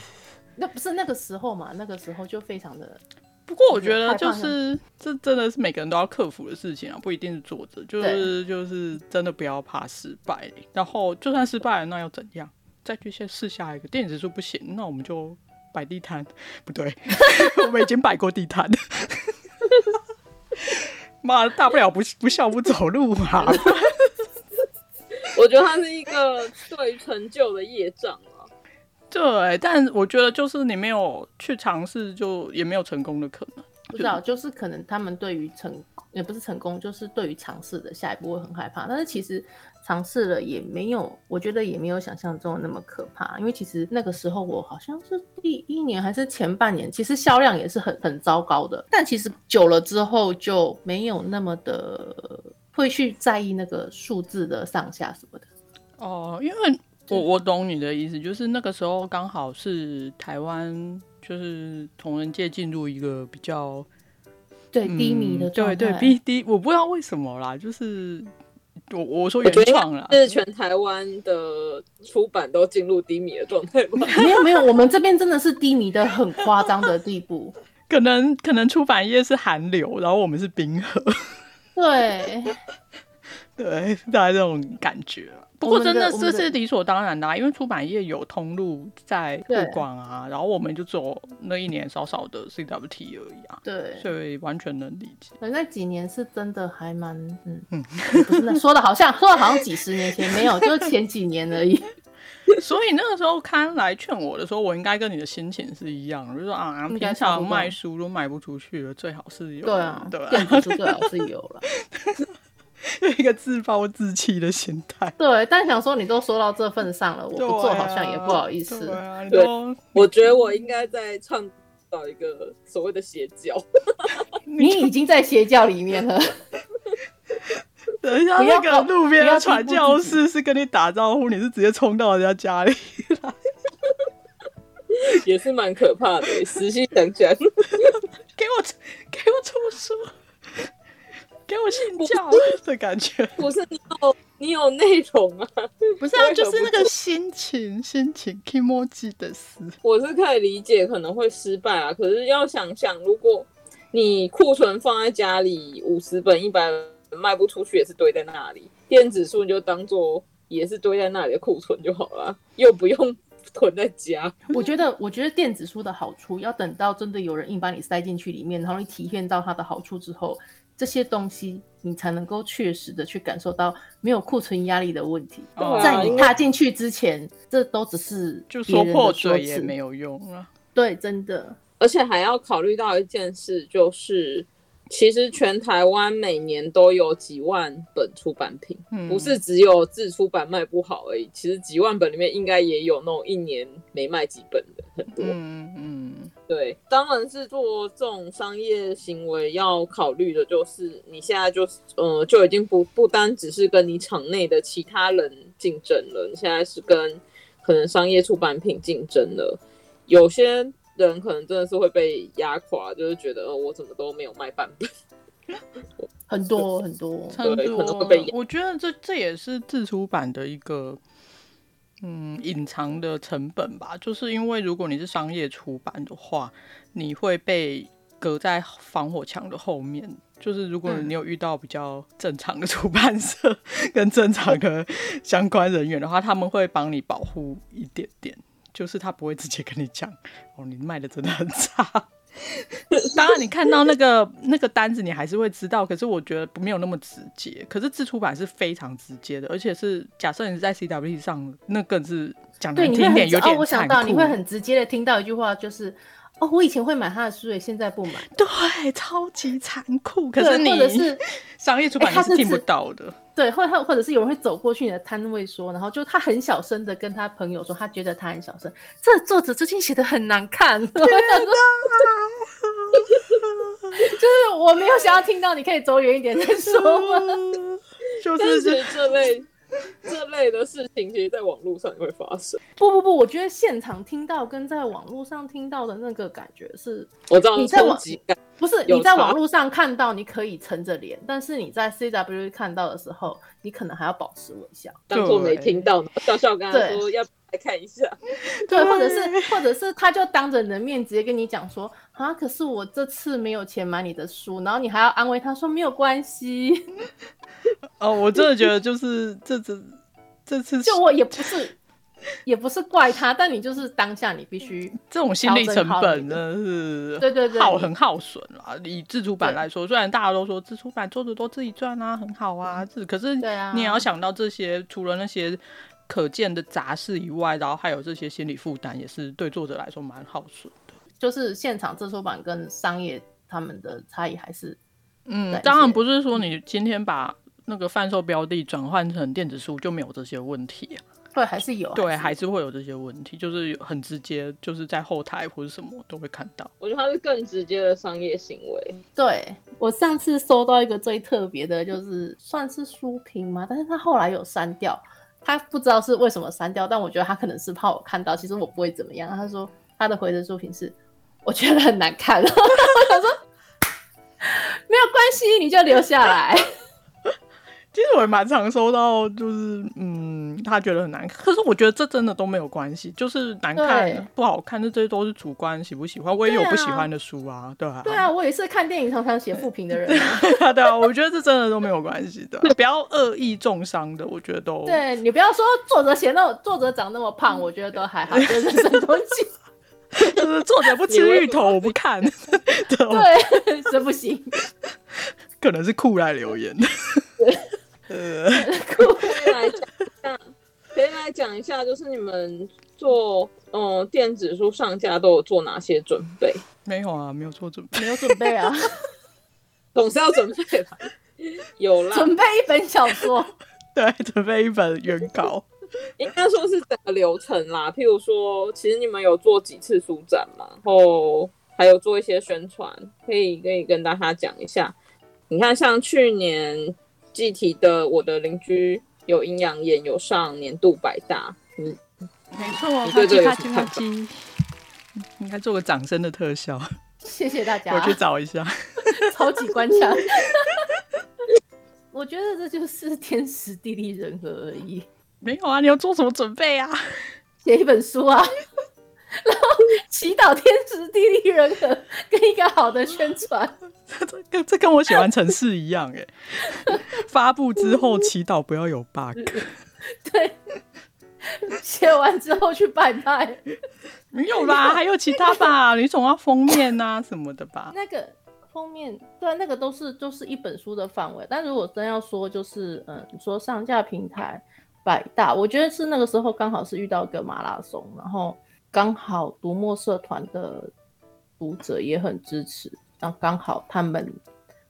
S3: 那不是那个时候嘛？那个时候就非常的
S1: 不过我觉得就是这真的是每个人都要克服的事情啊，不一定是作者，就是就是真的不要怕失败。然后就算失败了，那又怎样？再去先试下一个电子书不行，那我们就摆地摊。不对， 我们已经摆过地摊。 妈，大不了不不笑不走路啊嘛。
S2: 我觉得它是一个对成就的业障啊。
S1: 对，但我觉得就是你没有去尝试，就也没有成功的可能。
S3: 不知道，就是可能他们对于成也不是成功，就是对于尝试的下一步会很害怕。但是其实尝试了也没有，我觉得也没有想象中的那么可怕。因为其实那个时候我好像是第一年还是前半年，其实销量也是很很糟糕的。但其实久了之后就没有那么的会去在意那个数字的上下什么的。
S1: 哦，因为我我懂你的意思，就是那个时候刚好是台湾就是同人界进入一个比较
S3: 对，低迷的
S1: 嗯
S3: 状态、
S1: 对对低低，我不知道为什么啦，就是我我说
S2: 我
S1: 原
S2: 觉得
S1: 创啦，
S2: 是全台湾的出版都进入低迷的状态吧？
S3: 没有没有，我们这边真的是低迷的很夸张的地步。
S1: 可能可能出版业是寒流，然后我们是冰河，
S3: 对，
S1: 对，大概这种感觉啊。不过
S3: 我们
S1: 真
S3: 的
S1: 的
S3: 我
S1: 这
S3: 们
S1: 是
S3: 的
S1: 理所当然的、啊，因为出版业有通路在
S3: 对
S1: 推广啊，然后我们就走那一年少少的 CWT 而已啊，
S3: 对，
S1: 所以完全能理解。
S3: 可能那几年是真的还蛮，嗯嗯，不是那说的好像说的好像几十年前 没有，就是前几年而已。
S1: 所以那个时候康来劝我的时候，我应该跟你的心情是一样的，就是说啊，
S3: 应
S1: 平
S3: 该差不
S1: 常
S3: 多
S1: 卖书都卖不出去了，最好是有
S3: 对啊，
S1: 对
S3: 电
S1: 啊，
S3: 子书最好是有了。
S1: 有 一个自暴自弃的心态。
S3: 对，但想说你都说到这份上了，我不做好像也不好意思。
S1: 啊对啊，你
S2: 对
S1: 都
S2: 我觉得我应该在创造一个所谓的邪教。
S3: 你已经在邪教里 面了，
S1: 等一下那
S3: 不要
S1: 个路边
S3: 不要
S1: 的
S3: 低估
S1: 传教
S3: 自
S1: 士是跟你打招呼，你是直接冲到人家家里。
S2: 也是蛮可怕的，实际想起来，
S1: 给我出给我出书，给我信教的感觉。
S2: 不是你有你有内容啊，
S1: 不是啊，
S2: 我也
S1: 就
S2: 忍
S1: 是
S2: 不
S1: 那个心情，心情 i m o j i 的事。
S2: 我是可以理解可能会失败啊，可是要想想，如果你库存放在家里五十本、一百本卖不出去，也是堆在那里，电子书你就当做也是堆在那里的库存就好了，啊又不用 囤在家。
S3: 我觉得，我觉得电子书的好处，要等到真的有人硬把你塞进去里面，然后你体验到它的好处之后，这些东西你才能够确实的去感受到没有库存压力的问题。
S2: 对
S1: 哦
S2: 啊
S3: 在
S2: 因
S3: 你
S2: 为
S3: 踏进去之前，这都只是
S1: 就
S3: 别
S1: 说
S3: 人的
S1: 破嘴
S3: 辞
S1: 也没有用啊。
S3: 对，真的
S2: 而且还要考虑到一件事，就是其实全台湾每年都有几万本出版品，
S1: 嗯
S2: 不是只有自出版卖不好而已。其实几万本里面应该也有那种一年没卖几本的，很多。
S1: 嗯嗯，
S2: 对，当然是做这种商业行为要考虑的，就是你现在就是呃，就已经不不单只是跟你场内的其他人竞争了，你现在是跟可能商业出版品竞争了。有些人可能真的是会被压垮，就是觉得、呃、我怎么都没有卖半 本。
S3: 很多很多。
S1: 很
S2: 对可能
S1: 多
S2: 会被压。
S1: 哦我觉得这这也是自出版的一个嗯隐藏的成本吧，就是因为如果你是商业出版的话，你会被。隔在防火墙的后面。就是如果
S3: 嗯
S1: 你有遇到比较正常的出版社 跟正常的相关人员的话，他们会帮你保护一点点，就是他不会直接跟你讲哦，你卖的真的很差。 当然，你看到那个那个单子，你还是会知道。可是我觉得没有那么直接。可是自出版是非常直接的，而且是假设你是在 CWT 上，那更是讲
S3: 对，
S1: 难
S3: 你会
S1: 听
S3: 很
S1: 点，
S3: 直
S1: 有
S3: 哦，
S1: 点
S3: 我想
S1: 残
S3: 到
S1: 酷。
S3: 你会很直接的听到一句话，就是哦，我以前会买他的书，也现在不买。
S1: 对，超级残酷。可
S3: 对，
S1: 是你
S3: 或者是
S1: 商业出版
S3: 哎
S1: 你
S3: 他
S1: 是
S3: 是
S1: 听不
S3: 自
S1: 到 的。
S3: 对，或或或者是有人会走过去你的摊位说，然后就他很小声的跟他朋友说，他觉得他很小声，这作者最近写的很难看。我
S1: 啊
S3: 想说 就是我没有想要听到，你可以走远一点再说
S1: 嗯
S3: 吗？
S1: 就
S2: 但
S1: 是
S2: 是
S1: 是
S2: 这类这类的事情，其实在网络上也会发生。
S3: 不不不，我觉得现场听到跟在网络上听到的那个感觉是，
S2: 我知道
S3: 你在网
S2: 冲击感，
S3: 不是
S2: 有
S3: 你在
S2: 差
S3: 网络上看到你可以撑着脸，但是你在 CW 看到的时候，你可能还要保持微笑。
S2: 当做没听到，然后笑笑跟他说要不要来看一下。
S3: 对，或者是或者是他就当着你的面直接跟你讲说啊，可是我这次没有钱买你的书，然后你还要安慰他说没有关系，
S1: 哦，我真的觉得就是这次这次
S3: 就我也不是也不是怪他，但你就是当下你必须
S1: 这种心理成
S3: 调整好
S1: 本真
S3: 你
S1: 的是
S3: 对对对
S1: 耗
S3: 你
S1: 很耗损啊。以自主版
S3: 对
S1: 来说，虽然大家都说自主版作者都自己赚啊，很好啊，自可是
S3: 对啊
S1: 你也要想到这些，除了那些可见的杂事以外，然后还有这些心理负担，也是对作者来说蛮耗损的。
S3: 就是现场自出版跟商业他们的差异还是
S1: 嗯
S3: 对，
S1: 当然
S3: 是
S1: 不是说你今天把那个贩售标的转换成电子书就没有这些问题啊
S3: 对还哦是有
S1: 对，还
S3: 是
S1: 是会有这些问题，就是很直接，就是在后台或者什么都会看到。
S2: 我觉得他是更直接的商业行为。
S3: 对我上次收到一个最特别的，就是算是书评嘛，但是他后来有删掉，他不知道是为什么删掉，但我觉得他可能是怕我看到，其实我不会怎么样。他说他的回的书评是，我觉得很难看，然 后我想说没有关系，你就留下来。
S1: 其实我也蛮常收到，就是嗯，他觉得很难看，可是我觉得这真的都没有关系，就是难看
S3: 对
S1: 不好看，这这些都是主观喜不喜欢。我也有
S3: 对啊
S1: 不喜欢的书啊，对啊，
S3: 对啊，我也是看电影常常写负评的人啊。
S1: 对 啊，对啊，我觉得这真的都没有关系 的，不要恶意重伤的，我觉得都
S3: 对你不要说作者写那种作者长那么胖，我觉得都还好，就是神 东西。
S1: 就是作者不
S2: 你
S1: 吃
S2: 为
S1: 芋
S2: 什
S1: 头我不 看，这种
S3: 哦对， 这不行。
S1: 可能是酷来留 言的。呃，
S2: 可以来讲一下，可以来讲一下，就是你们做嗯、呃电子书上架都有做哪些准备？
S1: 没有啊，没有做准备。
S3: 没有准备啊，
S2: 总是要准备吧？ 有啦，
S3: 准备一本小说。
S1: 对，准备一本原稿。
S2: 应该说是整个流程啦。譬如说，其实你们有做几次书展嘛，然后还有做一些宣传，可以可以跟大家讲一下。你看，像去年季体的《我的邻居有阴阳眼》有上年度百大，嗯，
S1: 没错，啪
S2: 你对这
S1: 叽
S2: 个有
S1: 啪
S2: 什
S1: 叽啪
S2: 么看法
S1: 叽，应该做个掌声的特效，
S3: 谢谢大家，
S1: 我去找一下。
S3: 超级官腔。我觉得这就是天时地利人和而已。
S1: 没有啊，你要做什么准备啊？
S3: 写一本书啊， 然后祈祷天时地利人和，跟一个好的宣传。
S1: 这跟这跟我喜欢城市一样哎、 发布之后祈祷不要有 bug，
S3: 嗯对，写完之后去拜拜。
S1: 没有啦，还有其他 吧？你总要封面啊什么的吧？
S3: 那个封面，对，那个都是就是一本书的范围。但如果真要说，就是嗯，你说上架平台百大，我觉得是那个时候刚好是遇到一个马拉松，然后刚好读墨社团的读者也很支持，然后刚好他们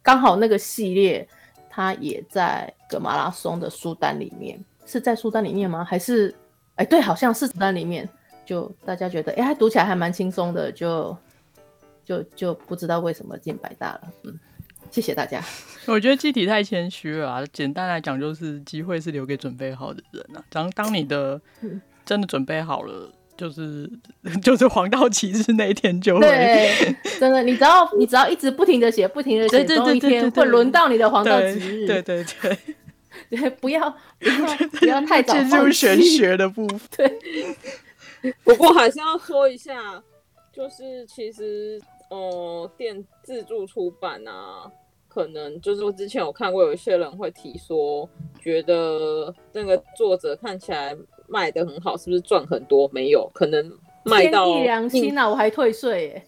S3: 刚好那个系列，它也在个马拉松的书单里面，是在书单里面吗？还是哎，对，好像是书单里面。就大家觉得，哎、它读起来还蛮轻松的，就就就不知道为什么进百大了。嗯，谢谢大家。
S1: 我觉得机体太谦虚了啊。简单来讲，就是机会是留给准备好的人啊。当当你的
S3: 嗯
S1: 真的准备好了，就是 就是黄道吉日那一天就会。
S3: 对，真的，你只要你只要一直不停的写，不停的写，
S1: 对对对
S3: 总有一
S1: 对对
S3: 天
S1: 对
S3: 会轮到你的黄道
S1: 对
S3: 吉日。
S1: 对对对，
S3: 对，不 要不要不要太早
S1: 进入
S3: 放
S1: 玄
S3: 弃。
S1: 学的部分。
S2: 不过还是要说一下，就是其实呃电自助出版啊，可能就是我之前有看过，有一些人会提说，觉得那个作者看起来卖的很好，是不是赚很多？没有，可能卖到嗯
S3: 天地良
S2: 一
S1: 嗯
S3: 心啊，我还退税耶！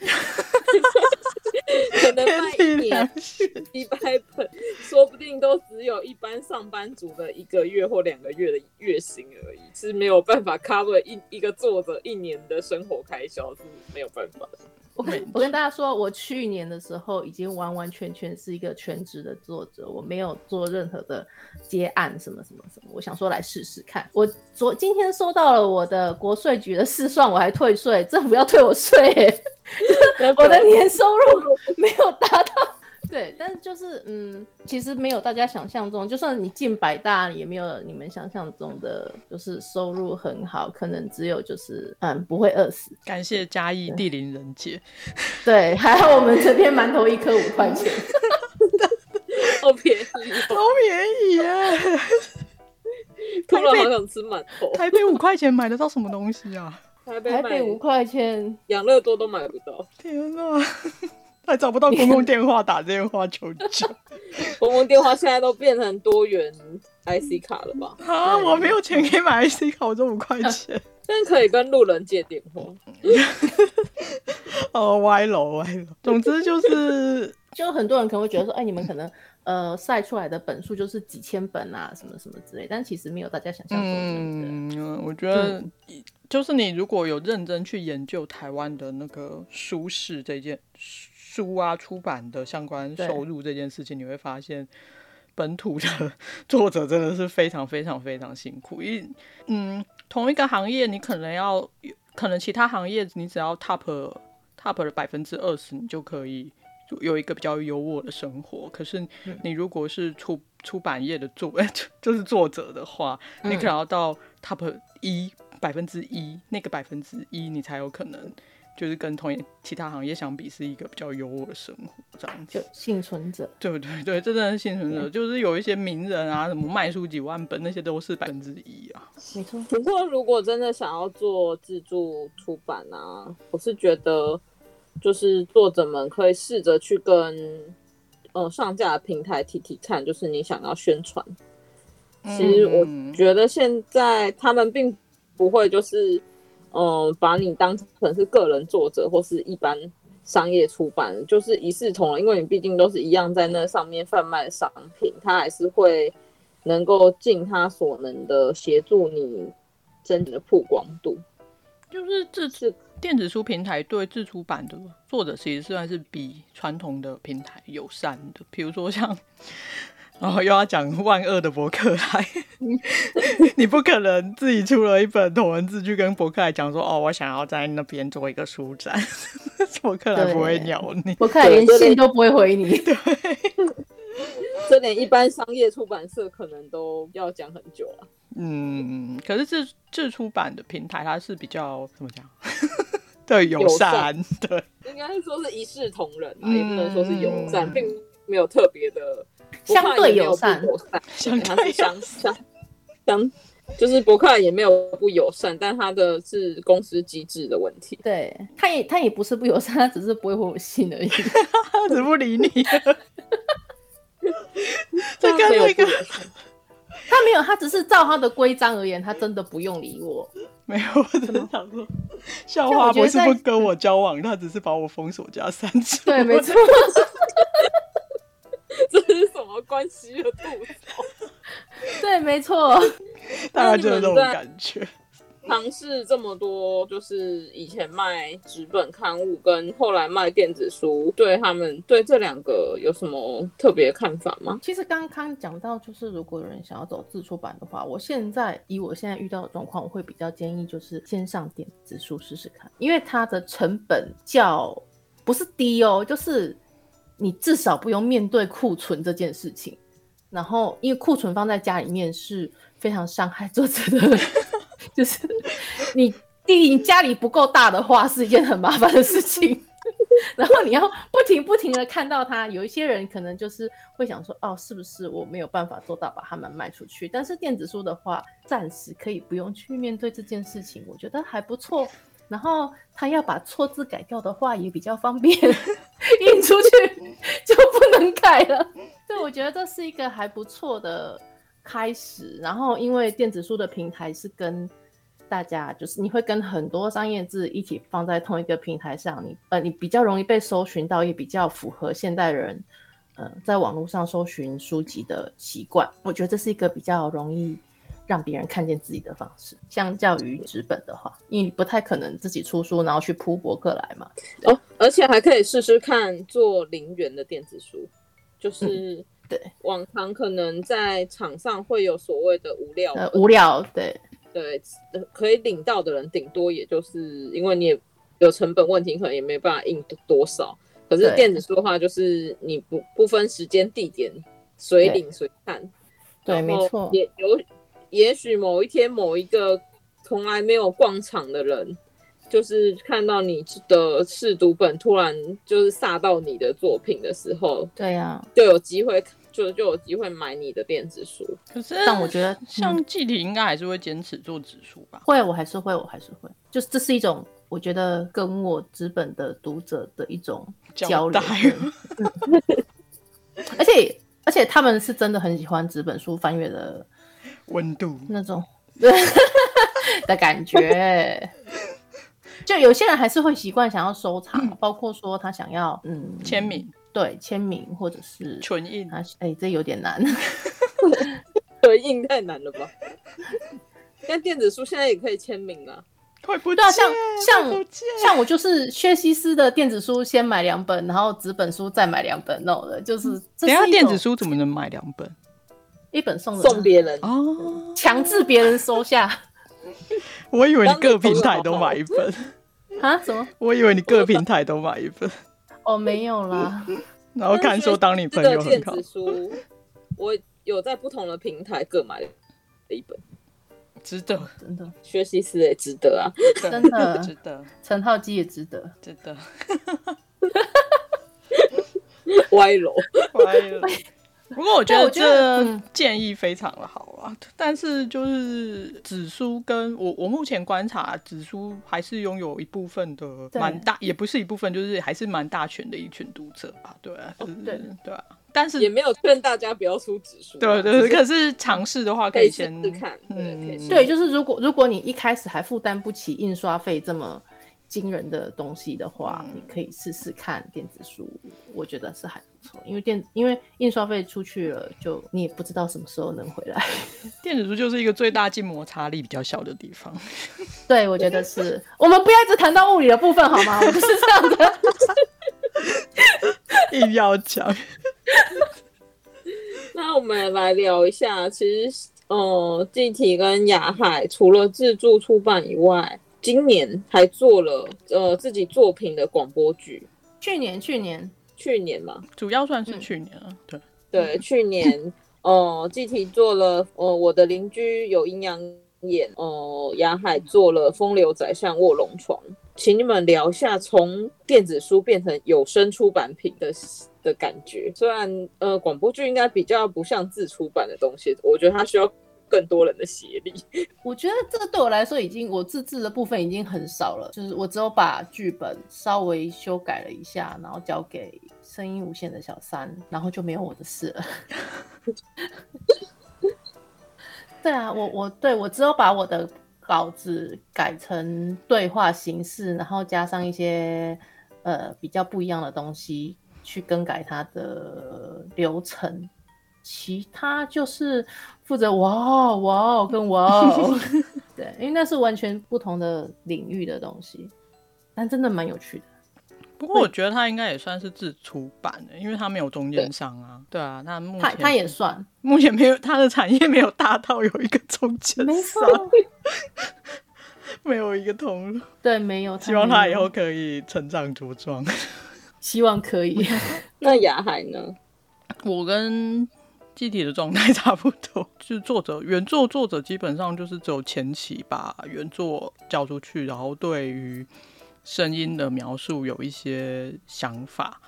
S2: 可能卖一
S1: 天地
S2: 年
S1: 良心，
S2: 一百本，说不定都只有一般上班族的一个月或两个月的月薪而已，是没有办法 cover 一一个作者一年的生活开销，是没有办法的。
S3: 我跟我跟大家说，我去年的时候已经完完全全是一个全职的作者，我没有做任何的接案什么什么什么。我想说来试试看。我昨今天收到了我的国税局的试算，我还退税，政府要退我税耶， 我的年收入 没有达到。对，但是就是嗯，其实没有大家想象中，就算你进百大，也没有你们想象中的，就是收入很好，可能只有就是嗯不会饿死。
S1: 感谢嘉义地灵人杰，
S3: 对，还好我们这边馒头一颗五块 钱。
S2: 好便宜
S1: 好
S2: 哦，
S1: 便宜耶！
S2: 突然好想吃馒头。
S1: 台北五块钱买得到什么东西啊？
S2: 台北
S3: 台北
S2: 买
S3: 五块钱，
S2: 养乐多都买不到，
S1: 天哪、还找不到公共电话打电话求救
S2: 公共电话现在都变成多元 IC 卡了吧？
S1: 啊！我没有钱可以买 IC 卡，我这五块钱，
S2: 但可以跟路人借电话。
S1: 哦，歪楼歪楼。总之就是
S3: 就很多人可能会觉得说，哎，你们可能呃晒出来的本数就是几千本啊，什么什么之类，但其实没有大家想象中的对不对。
S1: 嗯，我觉得就是你如果有认真去研究台湾的那个书市这件书啊出版的相关
S3: 对
S1: 收入这件事情，你会发现。本土的 作者真的是非常非常非常辛苦，因嗯，同一个行业你可能要，可能其他行业你只要 top top 的百分之二十，你就可以有有一个比较优渥的生活。可是
S2: 嗯
S1: 你如果是出出版业的作， 就是作者的话，你
S2: 嗯
S1: 可能要到 top 一百分之一那个百分之一，你才有可能就是跟同业其他行业相比是一个比较优渥的生活这样
S3: 就
S1: 子。
S3: 幸存者，
S1: 对 对对，这真的是幸存
S2: 嗯
S1: 者，就是有一些名人啊，什么卖出几万本，那些都是百分之一啊。
S3: 没错，
S2: 不过，如果真的想要做自助出版啊，我是觉得，就是作者们可以试着去跟，呃，上架的平台提提看，就是你想要宣传。其实我
S1: 嗯
S2: 觉得现在他们并不会就是，嗯，把你当成是个人作者或是一般商业出版，就是一视同仁，因为你毕竟都是一样在那上面贩卖商品，他还是会能够尽他所能的协助你真正的曝光度。
S1: 就是自
S2: 是
S1: 电子书平台对自出版的作者其实算是比传统的平台友善的，比如说像，然后又要讲万恶的博客 来，你不可能自己出了一本同文字去跟博客来讲说，哦，我想要在那边做一个书展， 博客来不会鸟你。
S3: 我看连信都不会回你。
S2: 这点一般商业出版社可能都要讲很久啊。
S1: 嗯，可是自自出版的平台它是比较怎么讲？ 对，友
S2: 友
S1: 善
S2: 善，
S1: 对，
S2: 应该说是一视同仁啊，
S1: 嗯
S2: 也不能说是友善，
S1: 嗯
S2: 并没有特别的
S3: 相对友善
S2: 友善，
S1: 相
S2: 它
S1: 对
S2: 是相相相，就是博客也没有不友善，但它的是公司机制的问题。
S3: 对，他也他也不是不友善，他只是不会回我信而已。
S1: 他只不理你。这
S2: 没
S1: 跟
S2: 有
S1: 那个
S2: 不友善，
S3: 他没有，他只是照他的规章而言，他真的不用理我。
S1: 没有，我只是想说，校
S3: 像
S1: 花
S3: 我觉
S1: 不
S3: 得
S1: 是不
S3: 在
S1: 跟我交往，他只是把我封锁加删除。
S3: 对，没错，
S2: 这是什么关系啊的吐槽？
S3: 对，没错。
S1: 大概就是这种
S2: 那你们在
S1: 感觉。
S2: 尝试这么多，就是以前卖纸本刊物跟后来卖电子书，对他们对这两个有什么特别看法吗？
S3: 其实刚刚讲到，就是如果有人想要走自出版的话，我现在以我现在遇到的状况，我会比较建议就是先上电子书试试看，因为它的成本较不是低哦，就是你至少不用面对库存这件事情。然后，因为库存放在家里面是非常伤害作者的， 就是你第一你家里不够大的话，是一件很麻烦的事情。 然后你要不停不停的看到它。有一些人可能就是会想说，哦，是不是我没有办法做到把它们卖出去？但是电子书的话，暂时可以不用去面对这件事情，我觉得还不错。然后他要把错字改掉的话，也比较方便 印出去， 就不能改了。对，我觉得这是一个还不错的开始。然后，因为电子书的平台是跟大家，就是你会跟很多商业字一起放在同一个平台上，你呃，你比较容易被搜寻到，也比较符合现代人呃在网络上搜寻书籍的习惯。我觉得这是一个比较容易。让别人看见自己的方式，相较于纸本的话，因为你不太可能自己出书，然后去铺博客来嘛。
S2: 哦，而且还可以试试看做零元的电子书，就是
S3: 对
S2: 往常可能在场上会有所谓的无料，
S3: 呃，无聊，对
S2: 对，呃可以领到的人顶多也就是因为你也有成本问题，可能也没办法印多多少。可是
S3: 对
S2: 电子书的话，就是你不不分时间地点，随领随看。
S3: 对，
S2: 然后
S3: 没错，
S2: 也有，也许某一天某一个从来没有逛场的人，就是看到你的试读本突然就是煞到你的作品的时候，
S3: 对啊呀、
S2: 就有机会就就有机会买你的电子书。
S1: 可是，
S3: 但我觉得嗯
S1: 像季体应该还是会坚持做指数吧。
S3: 会，我还是会，我还是会，就是这是一种我觉得跟我纸本的读者的一种交
S1: 交代，
S3: 流嗯 而且而且他们是真的很喜欢纸本书翻阅的
S1: 温度
S3: 那种的感觉。就有些人还是会习惯想要收藏，包括说他想要嗯
S1: 嗯签，名
S3: 对签名或者是
S1: 唇印，
S3: 啊，哎、这有点难。
S2: 对，印太难了 吧？但电子书现在也可以签名啊。
S1: 会不
S3: 对啊，
S1: 见
S3: 像像
S1: 会不见
S3: 像我就是薛西斯的电子书先买两本，然后纸本书再买两本那种的，就是
S1: 嗯
S3: 这
S1: 等一下
S3: 是一
S1: 电
S3: 种
S1: 子书怎么能买两本
S3: 一本送人啊
S2: 送别人，
S1: 哦？
S3: 强制别人 收下
S1: 我以为你各平台都买一本，
S3: 啊？什么？
S1: 我以为你各平台都买一本，
S3: 哦，没有啦，
S2: 嗯
S1: 然后哦看说当你朋
S2: 这
S1: 友
S2: 个
S1: 很
S2: 电
S1: 好
S2: 子，书，我有在不同的平台各买了一本。
S1: 值得，
S3: 真的，
S2: 学习是也值得啊，
S1: 值
S3: 真
S1: 得
S3: 的
S1: 值得，
S3: 陈浩基也值得。
S1: 值得，
S2: 歪楼。
S1: 歪
S2: 哎
S1: 了。 不过我觉得
S3: 对我觉得
S1: 这
S3: 嗯
S1: 建议非常的好啊，但是就是紫苏跟我我目前观察，紫苏还是拥有一部分的
S3: 对
S1: 蛮大，也不是一部分，就是还是蛮大群的一群读者吧，对啊，就是
S3: 哦对
S1: 对啊，但是
S2: 也没有劝大家不要出指数啊，
S1: 对
S2: 只
S1: 对，
S2: 是
S1: 可是尝试的话
S2: 可以
S1: 以嗯
S2: 试
S1: 先
S2: 试看对可以试
S3: 对，就是如果如果你一开始还负担不起印刷费这么惊人的东西的话，
S1: 嗯
S3: 你可以试试看电子书，我觉得是还不错，因为电因为印刷费出去了，就你也不知道什么时候能回来。
S1: 电子书就是一个最大静摩擦力比较小的地方。
S3: 对，我觉得 是我们不要一直谈到物理的部分好吗？我就是这样的。
S1: 硬要讲，
S3: 嗯
S2: 那我们来聊一下，其实呃，季体跟雅海除了自助出版以外，今年还做了呃自己作品的广播剧，
S3: 去年去年
S2: 去年嘛，
S1: 主要算
S3: 嗯
S1: 是去年了，啊对，
S2: 对，去年呃季体做了呃我的邻居有阴阳眼，呃雅海做了风流宰相卧龙床，请你们聊一下从电子书变成有声出版品的的感觉。虽然呃广播剧应该比较不像自出版的东西，我觉得它需要更多人的协力。
S3: 我觉得这个对我来说已经我自制的部分已经很少了，就是我只有把剧本稍微修改了一下，然后交给声音无限的小三，然后就没有我的事了。 对啊，我我对我只有把我的稿子改成对话形式，然后加上一些呃比较不一样的东西去更改它的流程，其他就是负责哇哦哇哦跟哇 哦，对，因为那是完全不同的领域的东西，但真的蛮有趣的。
S1: 不过我觉得他应该也算是自出版的，因为他没有中间商啊。对啊，那目
S3: 他
S1: 前
S3: 他也算
S1: 目前没有他的产业没有大到有一个中间
S3: 没错
S1: 商，，没有一个通路。
S3: 对，没有。
S1: 希望他
S3: 没
S1: 以
S3: 有
S1: 后可以成长茁壮。
S3: 希望可以。
S2: 那雅海呢？
S1: 我跟机体的状态差不多， 就是作者原作作者基本上就是只有前期把原作交出去，然后对于声音的描述有一些想法，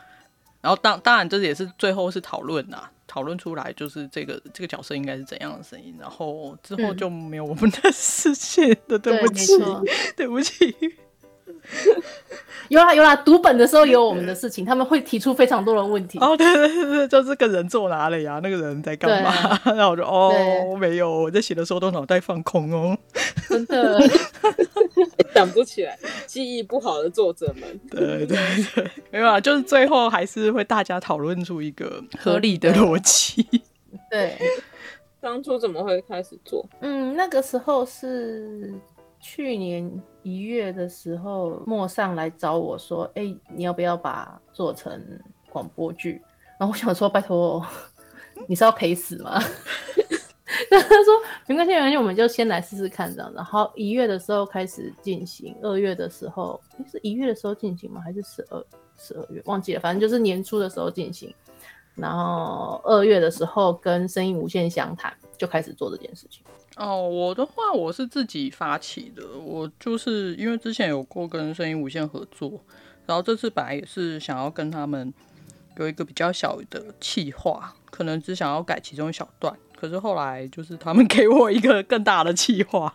S1: 然后当当然这也是最后是讨论啦，讨论出来就是这个这个角色应该是怎样的声音，然后之后
S3: 嗯
S1: 就没有我们的事情的，对
S3: 对，
S1: 不
S3: 没
S1: 起，
S3: 错，
S1: 对不起。
S3: 有啦有啦，读本的时候有我们的事情，他们会提出非常多的问题。
S1: 哦，对对对对，就这个人做哪里啊？那个人在干嘛？ 然后我就哦，没有，我在写的时候都脑袋放空 哦。
S3: 真的，
S2: 哎想不起来，记忆不好的作者们。
S1: 对对对，没有啊，就是最后还是会大家讨论出一个合理的逻辑。
S3: 对，
S2: 当初怎么会开始做？
S3: 嗯，那个时候是去年一月的时候，陌上来找我说：“哎、你要不要把做成广播剧？”然后我想说：“拜托，你是要赔死吗？” 然后他说：“没关系，没关系，我们就先来试试看这样。”然后一月的时候开始进行，二月的时候，诶是一月的时候进行吗？还是十二十二月？忘记了，反正就是年初的时候进行。然后二月的时候跟声音无限详谈，就开始做这件事情。
S1: 哦，我的话我是自己发起的，我就是因为之前有过跟声音无限合作，然后这次本来也是想要跟他们有一个比较小的企划，可能只想要改其中一小段，可是后来就是他们 给我一个更大的企划，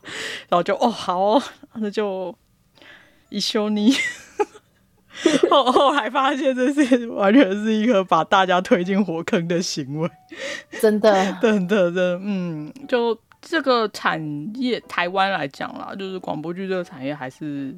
S1: 然后就哦好哦，那就一休你。 后后来发现这是完全是一个把大家推进火坑的行为。
S3: 真的，
S1: 等等的，嗯，就这个产业，台湾来讲啦，就是广播剧这个产业还是、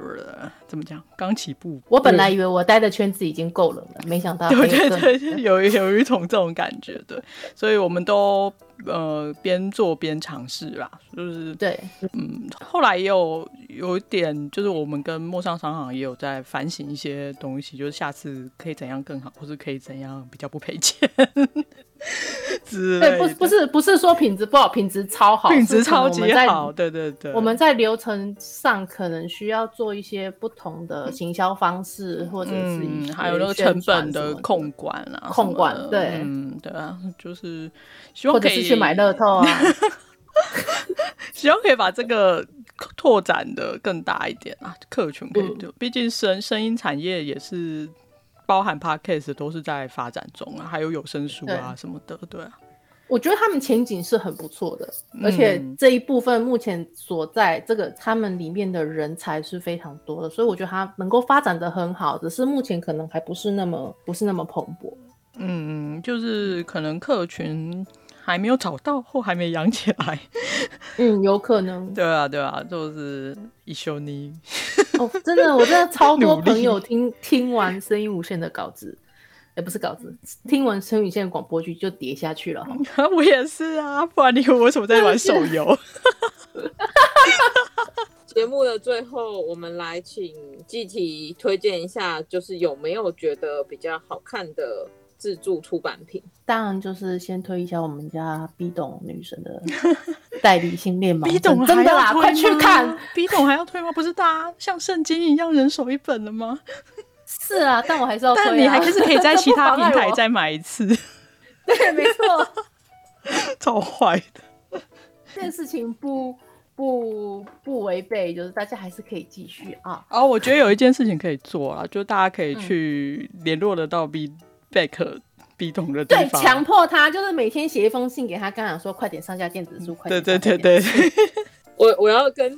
S1: 呃、怎么讲，刚起步。
S3: 我本来以为我待的圈子已经够冷了，没想到还有
S1: 对对
S3: 更
S1: 对，对有有一种这种感觉，对，所以我们都呃边做边尝试啦，就是
S3: 对
S1: 嗯，后来也有有一点，就是我们跟陌上商行也有在反省一些东西，就是下次可以怎样更好，或是可以怎样比较不赔钱 之类
S3: 对，
S1: 的。
S3: 不不是不是说品质不好，品质超好，
S1: 品质
S3: 是可能
S1: 超
S3: 我
S1: 级
S3: 们在
S1: 好，对对对，
S3: 我们在流程上可能需要做一些不同的行销方式，或者是一
S1: 嗯，
S3: 些
S1: 还有那个
S3: 宣传
S1: 成本
S3: 什
S1: 的
S3: 么
S1: 控，管啊，
S3: 控
S1: 什么
S3: 管
S1: 的
S3: 对
S1: 嗯，对啊，就是希
S3: 或
S1: 望
S3: 者
S1: 可
S3: 是
S1: 以
S3: 去买乐，透 啊。
S1: 希望可以把这个拓展的更大一点啊，客群可
S3: 嗯
S1: 以就，毕竟声声音产业也是包含 podcast 都是在发展中啊，还有有声书啊
S3: 对
S1: 什么的，对啊，
S3: 我觉得他们前景是很不错的，而且
S1: 嗯
S3: 这一部分目前所在这个他们里面的人才是非常多的，所以我觉得它能够发展的很好，只是目前可能还不是那么不是那么蓬勃。
S1: 嗯，就是可能客群还没有找到或还没养起来，
S3: 嗯，有可能
S1: 对啊，对啊，就是一休你。
S3: 哦，真的，我真的超多
S1: 努力
S3: 朋友听听完声音无限的稿子，也、不是稿子，听完声音无限的广播剧就跌下去了哈。
S1: 我也是啊，不然你以为我为什么在玩手游？
S2: 节目的最后，我们来请季题推荐一下，就是有没有觉得比较好看的自助出版品？
S3: 当然就是先推一下我们家 B 董女神的代理性恋 盲
S1: B
S3: 症，
S1: 懂
S3: 真的啦，快去看。
S1: ！B 懂还要推吗？不是大家像圣经一样人手一本了吗？
S3: 是啊，但我还是要推、啊。
S1: 但你还是可以在
S3: 这
S1: 其
S3: 不
S1: 他
S3: 妨
S1: 平
S3: 碍
S1: 台
S3: 我
S1: 再买一次，
S3: 对，没错，
S1: 超坏的。
S3: 这件事情不不不违背，就是大家还是可以继续啊。
S1: 哦，我觉得有一件事情可以做啦，就大家可以去联络得到 B Back B 懂的地
S3: 嗯对，
S1: 方。
S3: 强迫他就是每天写一封信给他，刚讲说快点上架电子书，快
S1: 对
S3: 点。
S1: 嗯对对对，
S2: 我我要跟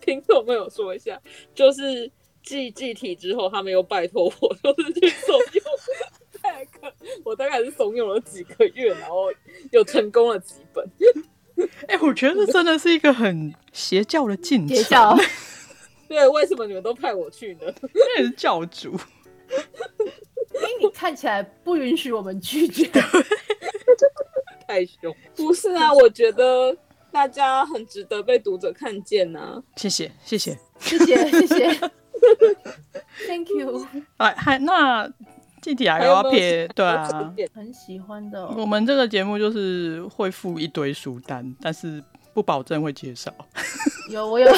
S2: 听众朋友说一下，就是寄寄体之后，他们又拜托我，就是去怂恿 tag，我大概是怂恿了几个月，然后又成功了几本。
S1: 哎、我觉得这真的是一个很邪教的进程。
S3: 邪教，
S2: 对，为什么你们都派我去呢？
S1: 那是教主。
S3: 因为哎你看起来不允许我们拒绝。
S2: 太凶。不是啊，我觉得大家很值得被读者看见啊呐、
S1: 谢谢，谢谢。
S3: 谢谢谢谢，Thank you，
S1: 哎，还那具体还
S2: 还
S1: 有
S2: 有
S1: 要
S2: 没有
S1: 撇对
S2: 还有这
S1: 啊
S2: 一。点
S3: 很喜欢的、
S1: 我
S3: 哦。
S1: 们这个节目就是会附一堆书单，但是不保证会介绍。
S3: 有我有，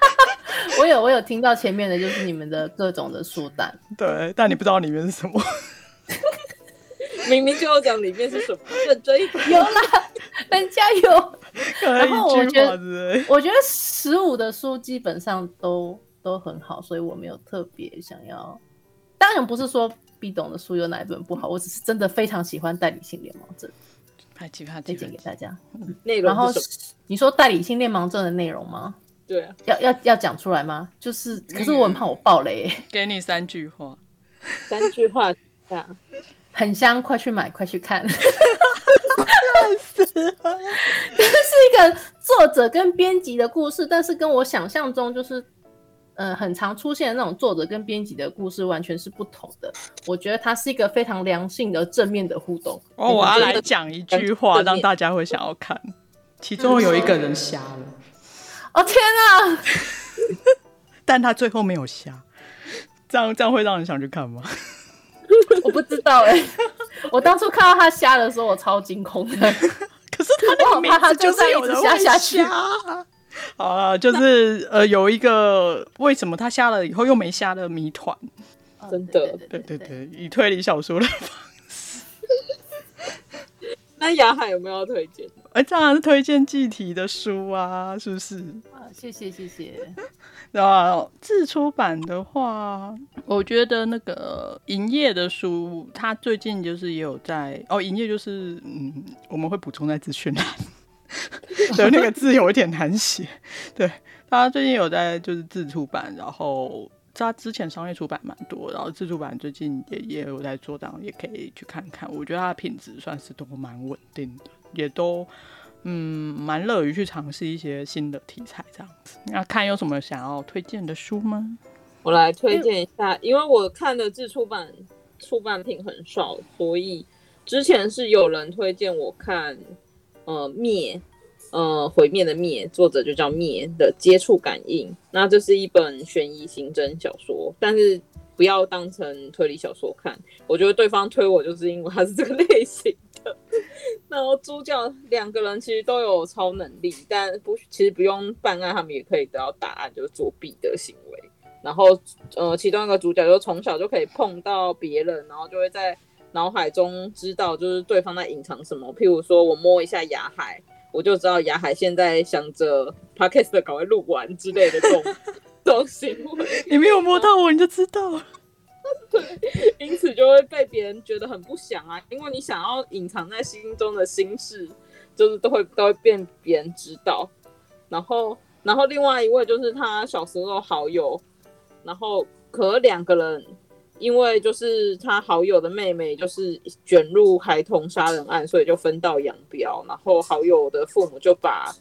S3: 我有我有听到前面的就是你们的各种的书单。
S1: 对，但你不知道里面是什 么。
S2: 明明就有讲里面是什么，认真一点。
S3: 有啦，人家有。
S1: 可
S3: 然后我
S1: 以
S3: 觉
S1: 句
S3: 得
S1: 话之类。
S3: 我觉得十五的书基本上都都很好，所以我没有特别想要。当然不是说必懂的书有哪一本不好，我只是真的非常喜欢代理性联盟症，
S1: 派奇派
S3: 推
S1: 奇，
S3: 荐给大家。
S2: 内容
S3: 然后
S2: 是什么？
S3: 你说代理性恋盲症的内容吗？
S2: 对啊，
S3: 要要要讲出来吗？就是，可是我很怕我爆雷、欸
S1: 给你三句话，
S2: 三句话啊，
S3: 很香，快去买，快去看。笑死了！这是一个作者跟编辑的故事，但是跟我想象中就是，呃，很常出现的那种作者跟编辑的故事完全是不同的。我觉得它是一个非常良性的正面的互动。
S1: 哦，我要来讲一句话，让大家会想要看。其中有一个人瞎了，
S3: 哦天啊！
S1: 但他最后没有瞎，这样这样会让人想去看吗？
S3: 我不知道哎、 我当初看到他瞎的时候，我超惊恐的。
S1: 可是他那个名字就是有人会
S3: 我好怕他就这样一直
S1: 瞎。好了，就是呃，有一个为什么他瞎了以后又没瞎的谜团？
S2: 真的
S1: 对对对，以推理小说来吧。
S2: 那雅海有没有要推荐？
S1: 哎，当然是推荐计题的书啊，是不是？
S3: 啊谢谢谢谢。
S1: 然后啊自出版的话，我觉得那个营业的书，它最近就是也有在哦，营业就是嗯，我们会补充在资讯栏。对，那个字有一点难写。对，他最近有在就是自出版，然后他之前商业出版蛮多，然后自出版最近也也有在做，然后也可以去看看。我觉得它的品质算是都蛮稳定的，也都嗯蛮乐于去尝试一些新的题材这样子。那看有什么想要推荐的书 吗？
S2: 我来推荐一
S3: 嗯
S2: 下，因为我看的自出版出版品很少，所以之前是有人推荐我看，呃，灭，呃，毁灭的灭，作者就叫灭的接触感应。那这是一本悬疑刑侦小说，但是不要当成推理小说看。我觉得对方推我就是因为他是这个类型的。然后主角两个人其实都有超能力，但不其实不用办案，他们也可以得到答案，就是作弊的行为。然后呃，其中一个主角就从小就可以碰到别人，然后就会在脑海中知道就是对方在隐藏什么。譬如说我摸一下牙海，我就知道牙海现在想着 podcast 的赶快录完之类的这种 这种行为，
S1: 你没有摸到我，你就知道了。
S2: 因此就会被别人觉得很不祥啊，因为你想要隐藏在心中的心事，就是都会都会被别人知道。然后，然后另外一位就是他小时候好友，然后可两个人，因为就是他好友的妹妹就是卷入孩童杀人案，所以就分道扬镳。然后好友的父母就把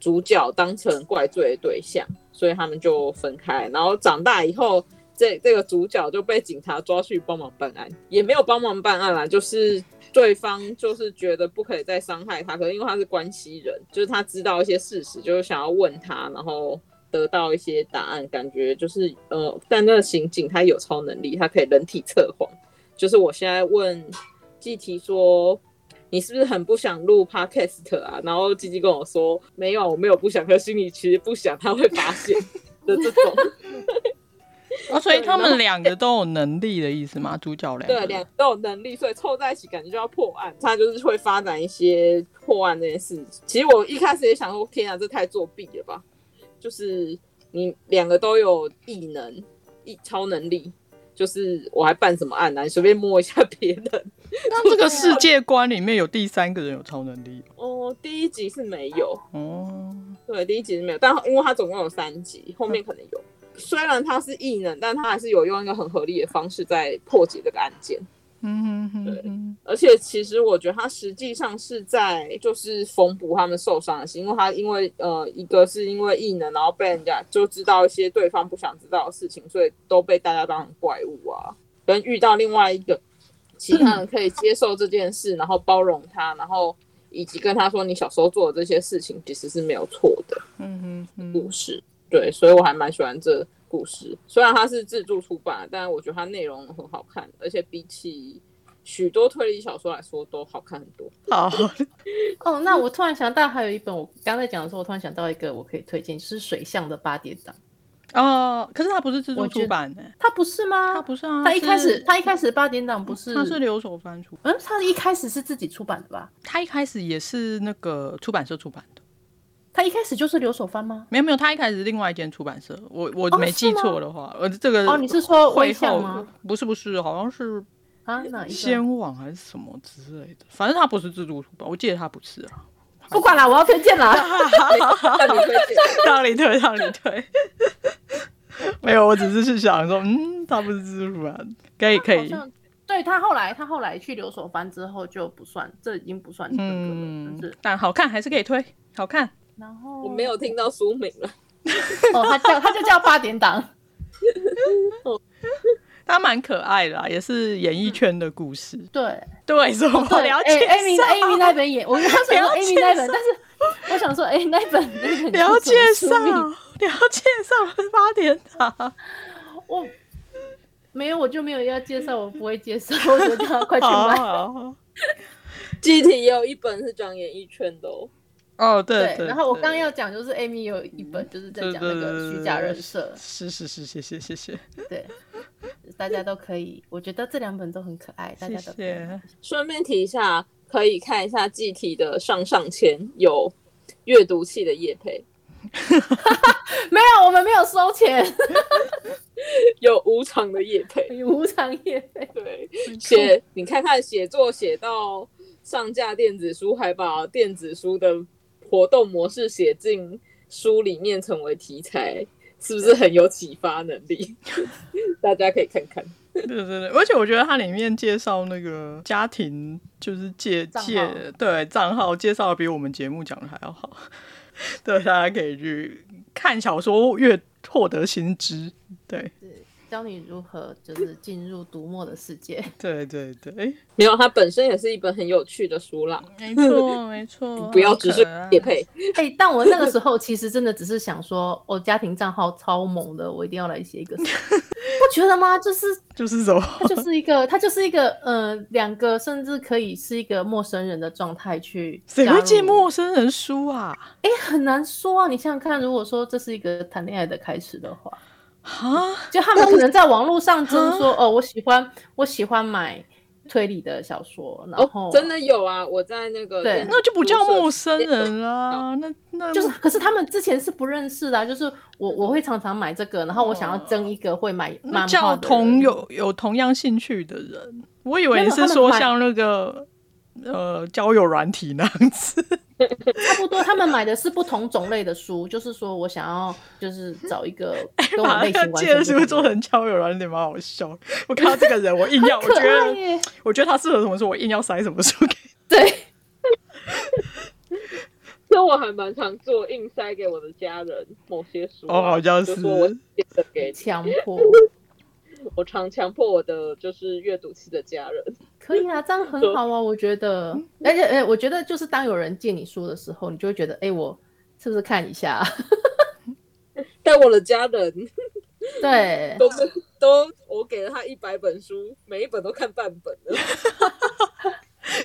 S2: 主角当成怪罪的对象，所以他们就分开。然后长大以后，这这个主角就被警察抓去帮忙办案，也没有帮忙办案啦，就是对方就是觉得不可以再伤害他，可是因为他是关系人，就是他知道一些事实，就是想要问他，然后得到一些答案，感觉就是呃，但那个刑警他有超能力，他可以人体测谎，就是我现在问季提说。你是不是很不想录 podcast 啊？然后吉吉跟我说没有，我没有不想，可心里其实不想，他会发现的这种。
S1: 啊，所以他们两个都有能力的意思吗？主角两个
S2: 对，两个都有能力，所以凑在一起感觉就要破案。他就是会发展一些破案这件事。其实我一开始也想说，天啊，这太作弊了吧！就是你两个都有异能、异超能力，就是我还办什么案呢、你随便摸一下别人。
S1: 那
S3: 啊
S1: 这个世界观里面有第三个人有超能力
S2: 哦，第一集是没有，
S1: 哦，
S2: 对，第一集是没有，但因为它总共有三 集，后面可能有。虽然它是异能，但它还是有用一个很合理的方式在破解这个案件。
S1: 嗯哼哼哼，
S2: 而且其实我觉得他实际上是在就是缝补他们受伤的心，因为他因为呃一个是因为异能，然后被人家就知道一些对方不想知道的事情，所以都被大家当成怪物啊。跟遇到另外一个其他人可以接受这件事，然后包容他，然后以及跟他说你小时候做的这些事情其实是没有错的。
S1: 嗯哼哼。
S2: 故事。对，所以我还蛮喜欢这故事。虽然它是自助出版，但我觉得它内容很好看，而且比起许多推理小说来说都好看很多。
S1: 好，
S3: 哦，那
S1: 嗯
S3: 我突然想到还有一本，我刚才讲的时候，我突然想到一个我可以推荐，就是水象的八点档，
S1: 哦，可是它不是自助出版的、
S3: 它不是吗？
S1: 它不是啊，
S3: 它一开始
S1: 是
S3: 它一开始八点档不是，
S1: 它是留守番出，
S3: 嗯，它一开始是自己出版的吧？
S1: 它一开始也是那个出版社出版的，
S3: 它一开始就是留守番吗？
S1: 没有没有，它一开始是另外一间出版社，我我
S3: 哦
S1: 没
S3: 是
S1: 记
S3: 吗
S1: 错的话，呃，这个
S3: 哦你是说
S1: 会
S3: 微笑
S1: 后
S3: 吗
S1: 不是不是，好像是
S3: 啊，哪一 个？
S1: 先网还是什么之类的，反正它不是自助出版，我记得它不是啊。不
S3: 不管了，我要推荐了。
S2: 让你推荐。
S1: 让你推，让你推。 没有，我只是去想说，嗯，他不是蜘蛛人，可以可
S3: 好
S1: 以，
S3: 像对他后来，他后来去留守番之后就不算，这已经不算这个了，
S1: 嗯
S3: 就是。，
S1: 但好看还是可以推，好看。
S3: 然后
S2: 我没有听到书名了，
S3: 哦，他叫他就叫八点档。
S1: 他蛮可爱的、啊，也是演艺圈的故事。
S3: 对，
S1: 嗯对，所以 我
S3: 对，
S1: 了解绍、
S3: 哎，Amy Amy 那本也，我刚想说
S1: 了解
S3: Amy 那本，但是我想说，哎，那本
S1: 了
S3: 那本是什么
S1: 介
S3: 书
S1: 绍，
S3: 名
S1: 了介绍八点 档。
S3: 我没有，我就没有要介绍，我不会介绍，我就叫他快去
S1: 好
S3: 买。
S1: 好好
S2: 集体也有一本是讲演艺圈的哦。
S1: 哦， 对对
S3: 然后我刚要讲就是 Amy 有一本就是在讲那个虚假
S1: 嗯
S3: 人设，
S1: 是是是，谢谢谢谢
S3: 对，大家都可以，我觉得这两本都很可爱，大
S1: 谢
S3: 家都可以。
S1: 谢。
S2: 顺便提一下，可以看一下季体的上上签有阅读器的叶配，
S3: 没有，我们没有收钱，
S2: 有无偿的叶配。
S3: 无偿业费。
S2: 对，写你看看写作写到上架电子书，还把电子书的活动模式写进书里面成为题材，是不是很有启发能力？ 大家可以看看。
S1: 对对对，而且我觉得它里面介绍那个家庭，就是介
S3: 账号
S1: 介对账号介绍的比我们节目讲的还要好。 对，大家可以去看小说，越获得新知。对
S3: 教你如何就是进入读墨的世界。
S1: 对对对，
S2: 没有，它本身也是一本很有趣的书啦，
S1: 没错没错
S2: 不要只是叶配。
S3: 哎、但我那个时候其实真的只是想说，我、家庭账号超猛的，我一定要来写一 个什么，不觉得吗？就是
S1: 就是 什么？
S3: 它就是一个，它就是一个，呃，两个甚至可以是一个陌生人的状态去
S1: 谁
S3: 加
S1: 会
S3: 入
S1: 借陌生人书啊？
S3: 哎、很难说啊！你想想看，如果说这是一个谈恋爱的开始的话，
S1: 啊，
S3: 就他们可能在网络上争说，
S2: 啊
S3: 哦，我喜欢，我喜欢买推理的小说，然后、
S2: 哦，真。的有啊，我在那个
S3: 对
S2: 电子
S1: 那就不 叫
S2: 书社
S1: 陌生人
S2: 哦
S1: 啦。那那
S3: 就是，可是他们之前是不认识的、啊，就是我我会常常买这个，然后我
S2: 哦
S3: 想要争一个会买漫
S1: 那
S3: 画
S1: 叫
S3: 的人
S1: 同有有同样兴趣的人，我以
S3: 没
S1: 为
S3: 有
S1: 是
S3: 他们
S1: 说
S3: 买
S1: 像那个呃交友软体那样子。
S3: 差不多，他们买的是不同种类的书，就是说我想要就是找一个 跟我
S1: 哎把
S3: 类
S1: 那
S3: 型
S1: 个
S3: 完
S1: 借
S3: 全
S1: 的
S3: 不
S1: 书
S3: 同
S1: 做
S3: 的
S1: 成交友软件，蛮好笑的。我看到这个人，我硬要，我
S3: 可
S1: 觉
S3: 爱
S1: 得
S3: 耶，
S1: 我觉得他适合什么书，我硬要塞什么书 给。
S3: 对，
S2: 这我还蛮常做，硬塞给我的家人某些书啊、
S1: 哦好像
S2: 就是说我写的给
S3: 强迫
S2: 你，我常强迫我的就是阅读器的家人。
S3: 可以啊，这样很好啊，我觉得，而且哎，我觉得就是当有人借你书的时候，你就会觉得，哎，我是不是看一下？
S2: 但我的家人
S3: 对，
S2: 都是都，我给了他一百本书，每一本都看半本 了。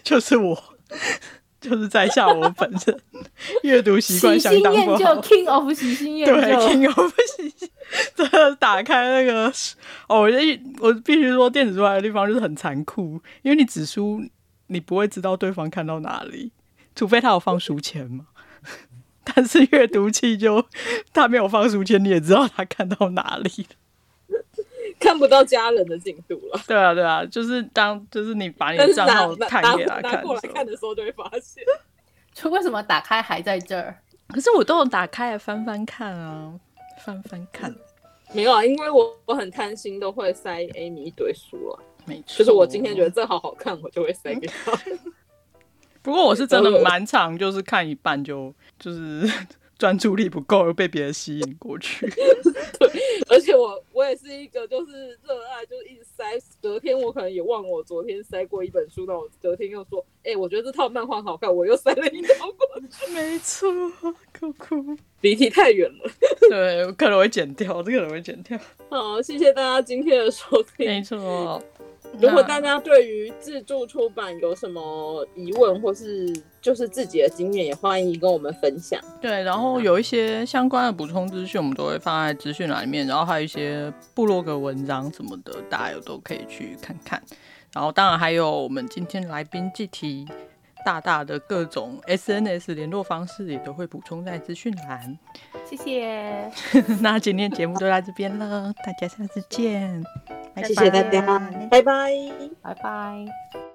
S1: 就是我， 就是在下我本人 阅读 习
S3: 喜
S1: 惯相
S3: 新
S1: 当
S3: 厌
S1: 不
S3: 旧
S1: 好。
S3: ，King of 喜新厌
S1: 对
S3: 旧，
S1: ，King of 真的打开那个哦，我一我必须说电子书来的地方就是很残酷，因为你指书你不会知道对方看到哪里，除非他有放书签嘛。 但是阅读器就他没有放书签，你也知道他看到哪里了。
S2: 看不到家人的进度了，
S1: 对啊，对啊，就是当就是你把你
S2: 但
S1: 的
S2: 是
S1: 账
S2: 拿
S1: 号
S2: 拿
S1: 看
S2: 拿
S1: 给他
S2: 拿
S1: 看
S2: 过
S1: 的
S2: 来
S1: 时候
S2: 啊看，的时候就会发现，
S3: 就 为什么打开还在这儿？
S1: 可是我都有打开来翻翻看啊，翻翻看，
S2: 没有啊，因为我我很贪心，都会塞 Amy 一堆书啊，
S1: 没错。
S2: 就是我今天觉得这好好看，我就会塞给他。
S1: 不呃过我是真的蛮常，就是看一半就就是 专注力不够，又被别人吸引过去。
S2: 而且我我也是一个就是热爱，就是一直塞。隔天我可能也忘了我昨天塞过一本书，那我隔天又说，哎、我觉得这套漫画好看，我又塞了一套过去。
S1: 没错，酷酷。
S2: 离题太远了。
S1: 对，我可能会剪掉，这个可能会剪掉。
S2: 好，谢谢大家今天的收听。
S1: 没错，
S2: 如果
S1: 那
S2: 大家对于自助出版有什么疑问，或是就是自己的经验，也欢迎跟我们分享。
S1: 对，然后有一些相关的补充资讯，我们都会放在资讯栏里面，然后还有一些部落格文章什么的，大家有都可以去看看。然后当然还有我们今天来宾季题大大的各种 SNS 联络方式也都会补充在资讯栏。
S3: 谢谢，
S1: 那今天节目就到这边了，大家下次见，拜拜
S3: 谢谢大
S2: 家，拜拜。
S3: 拜拜。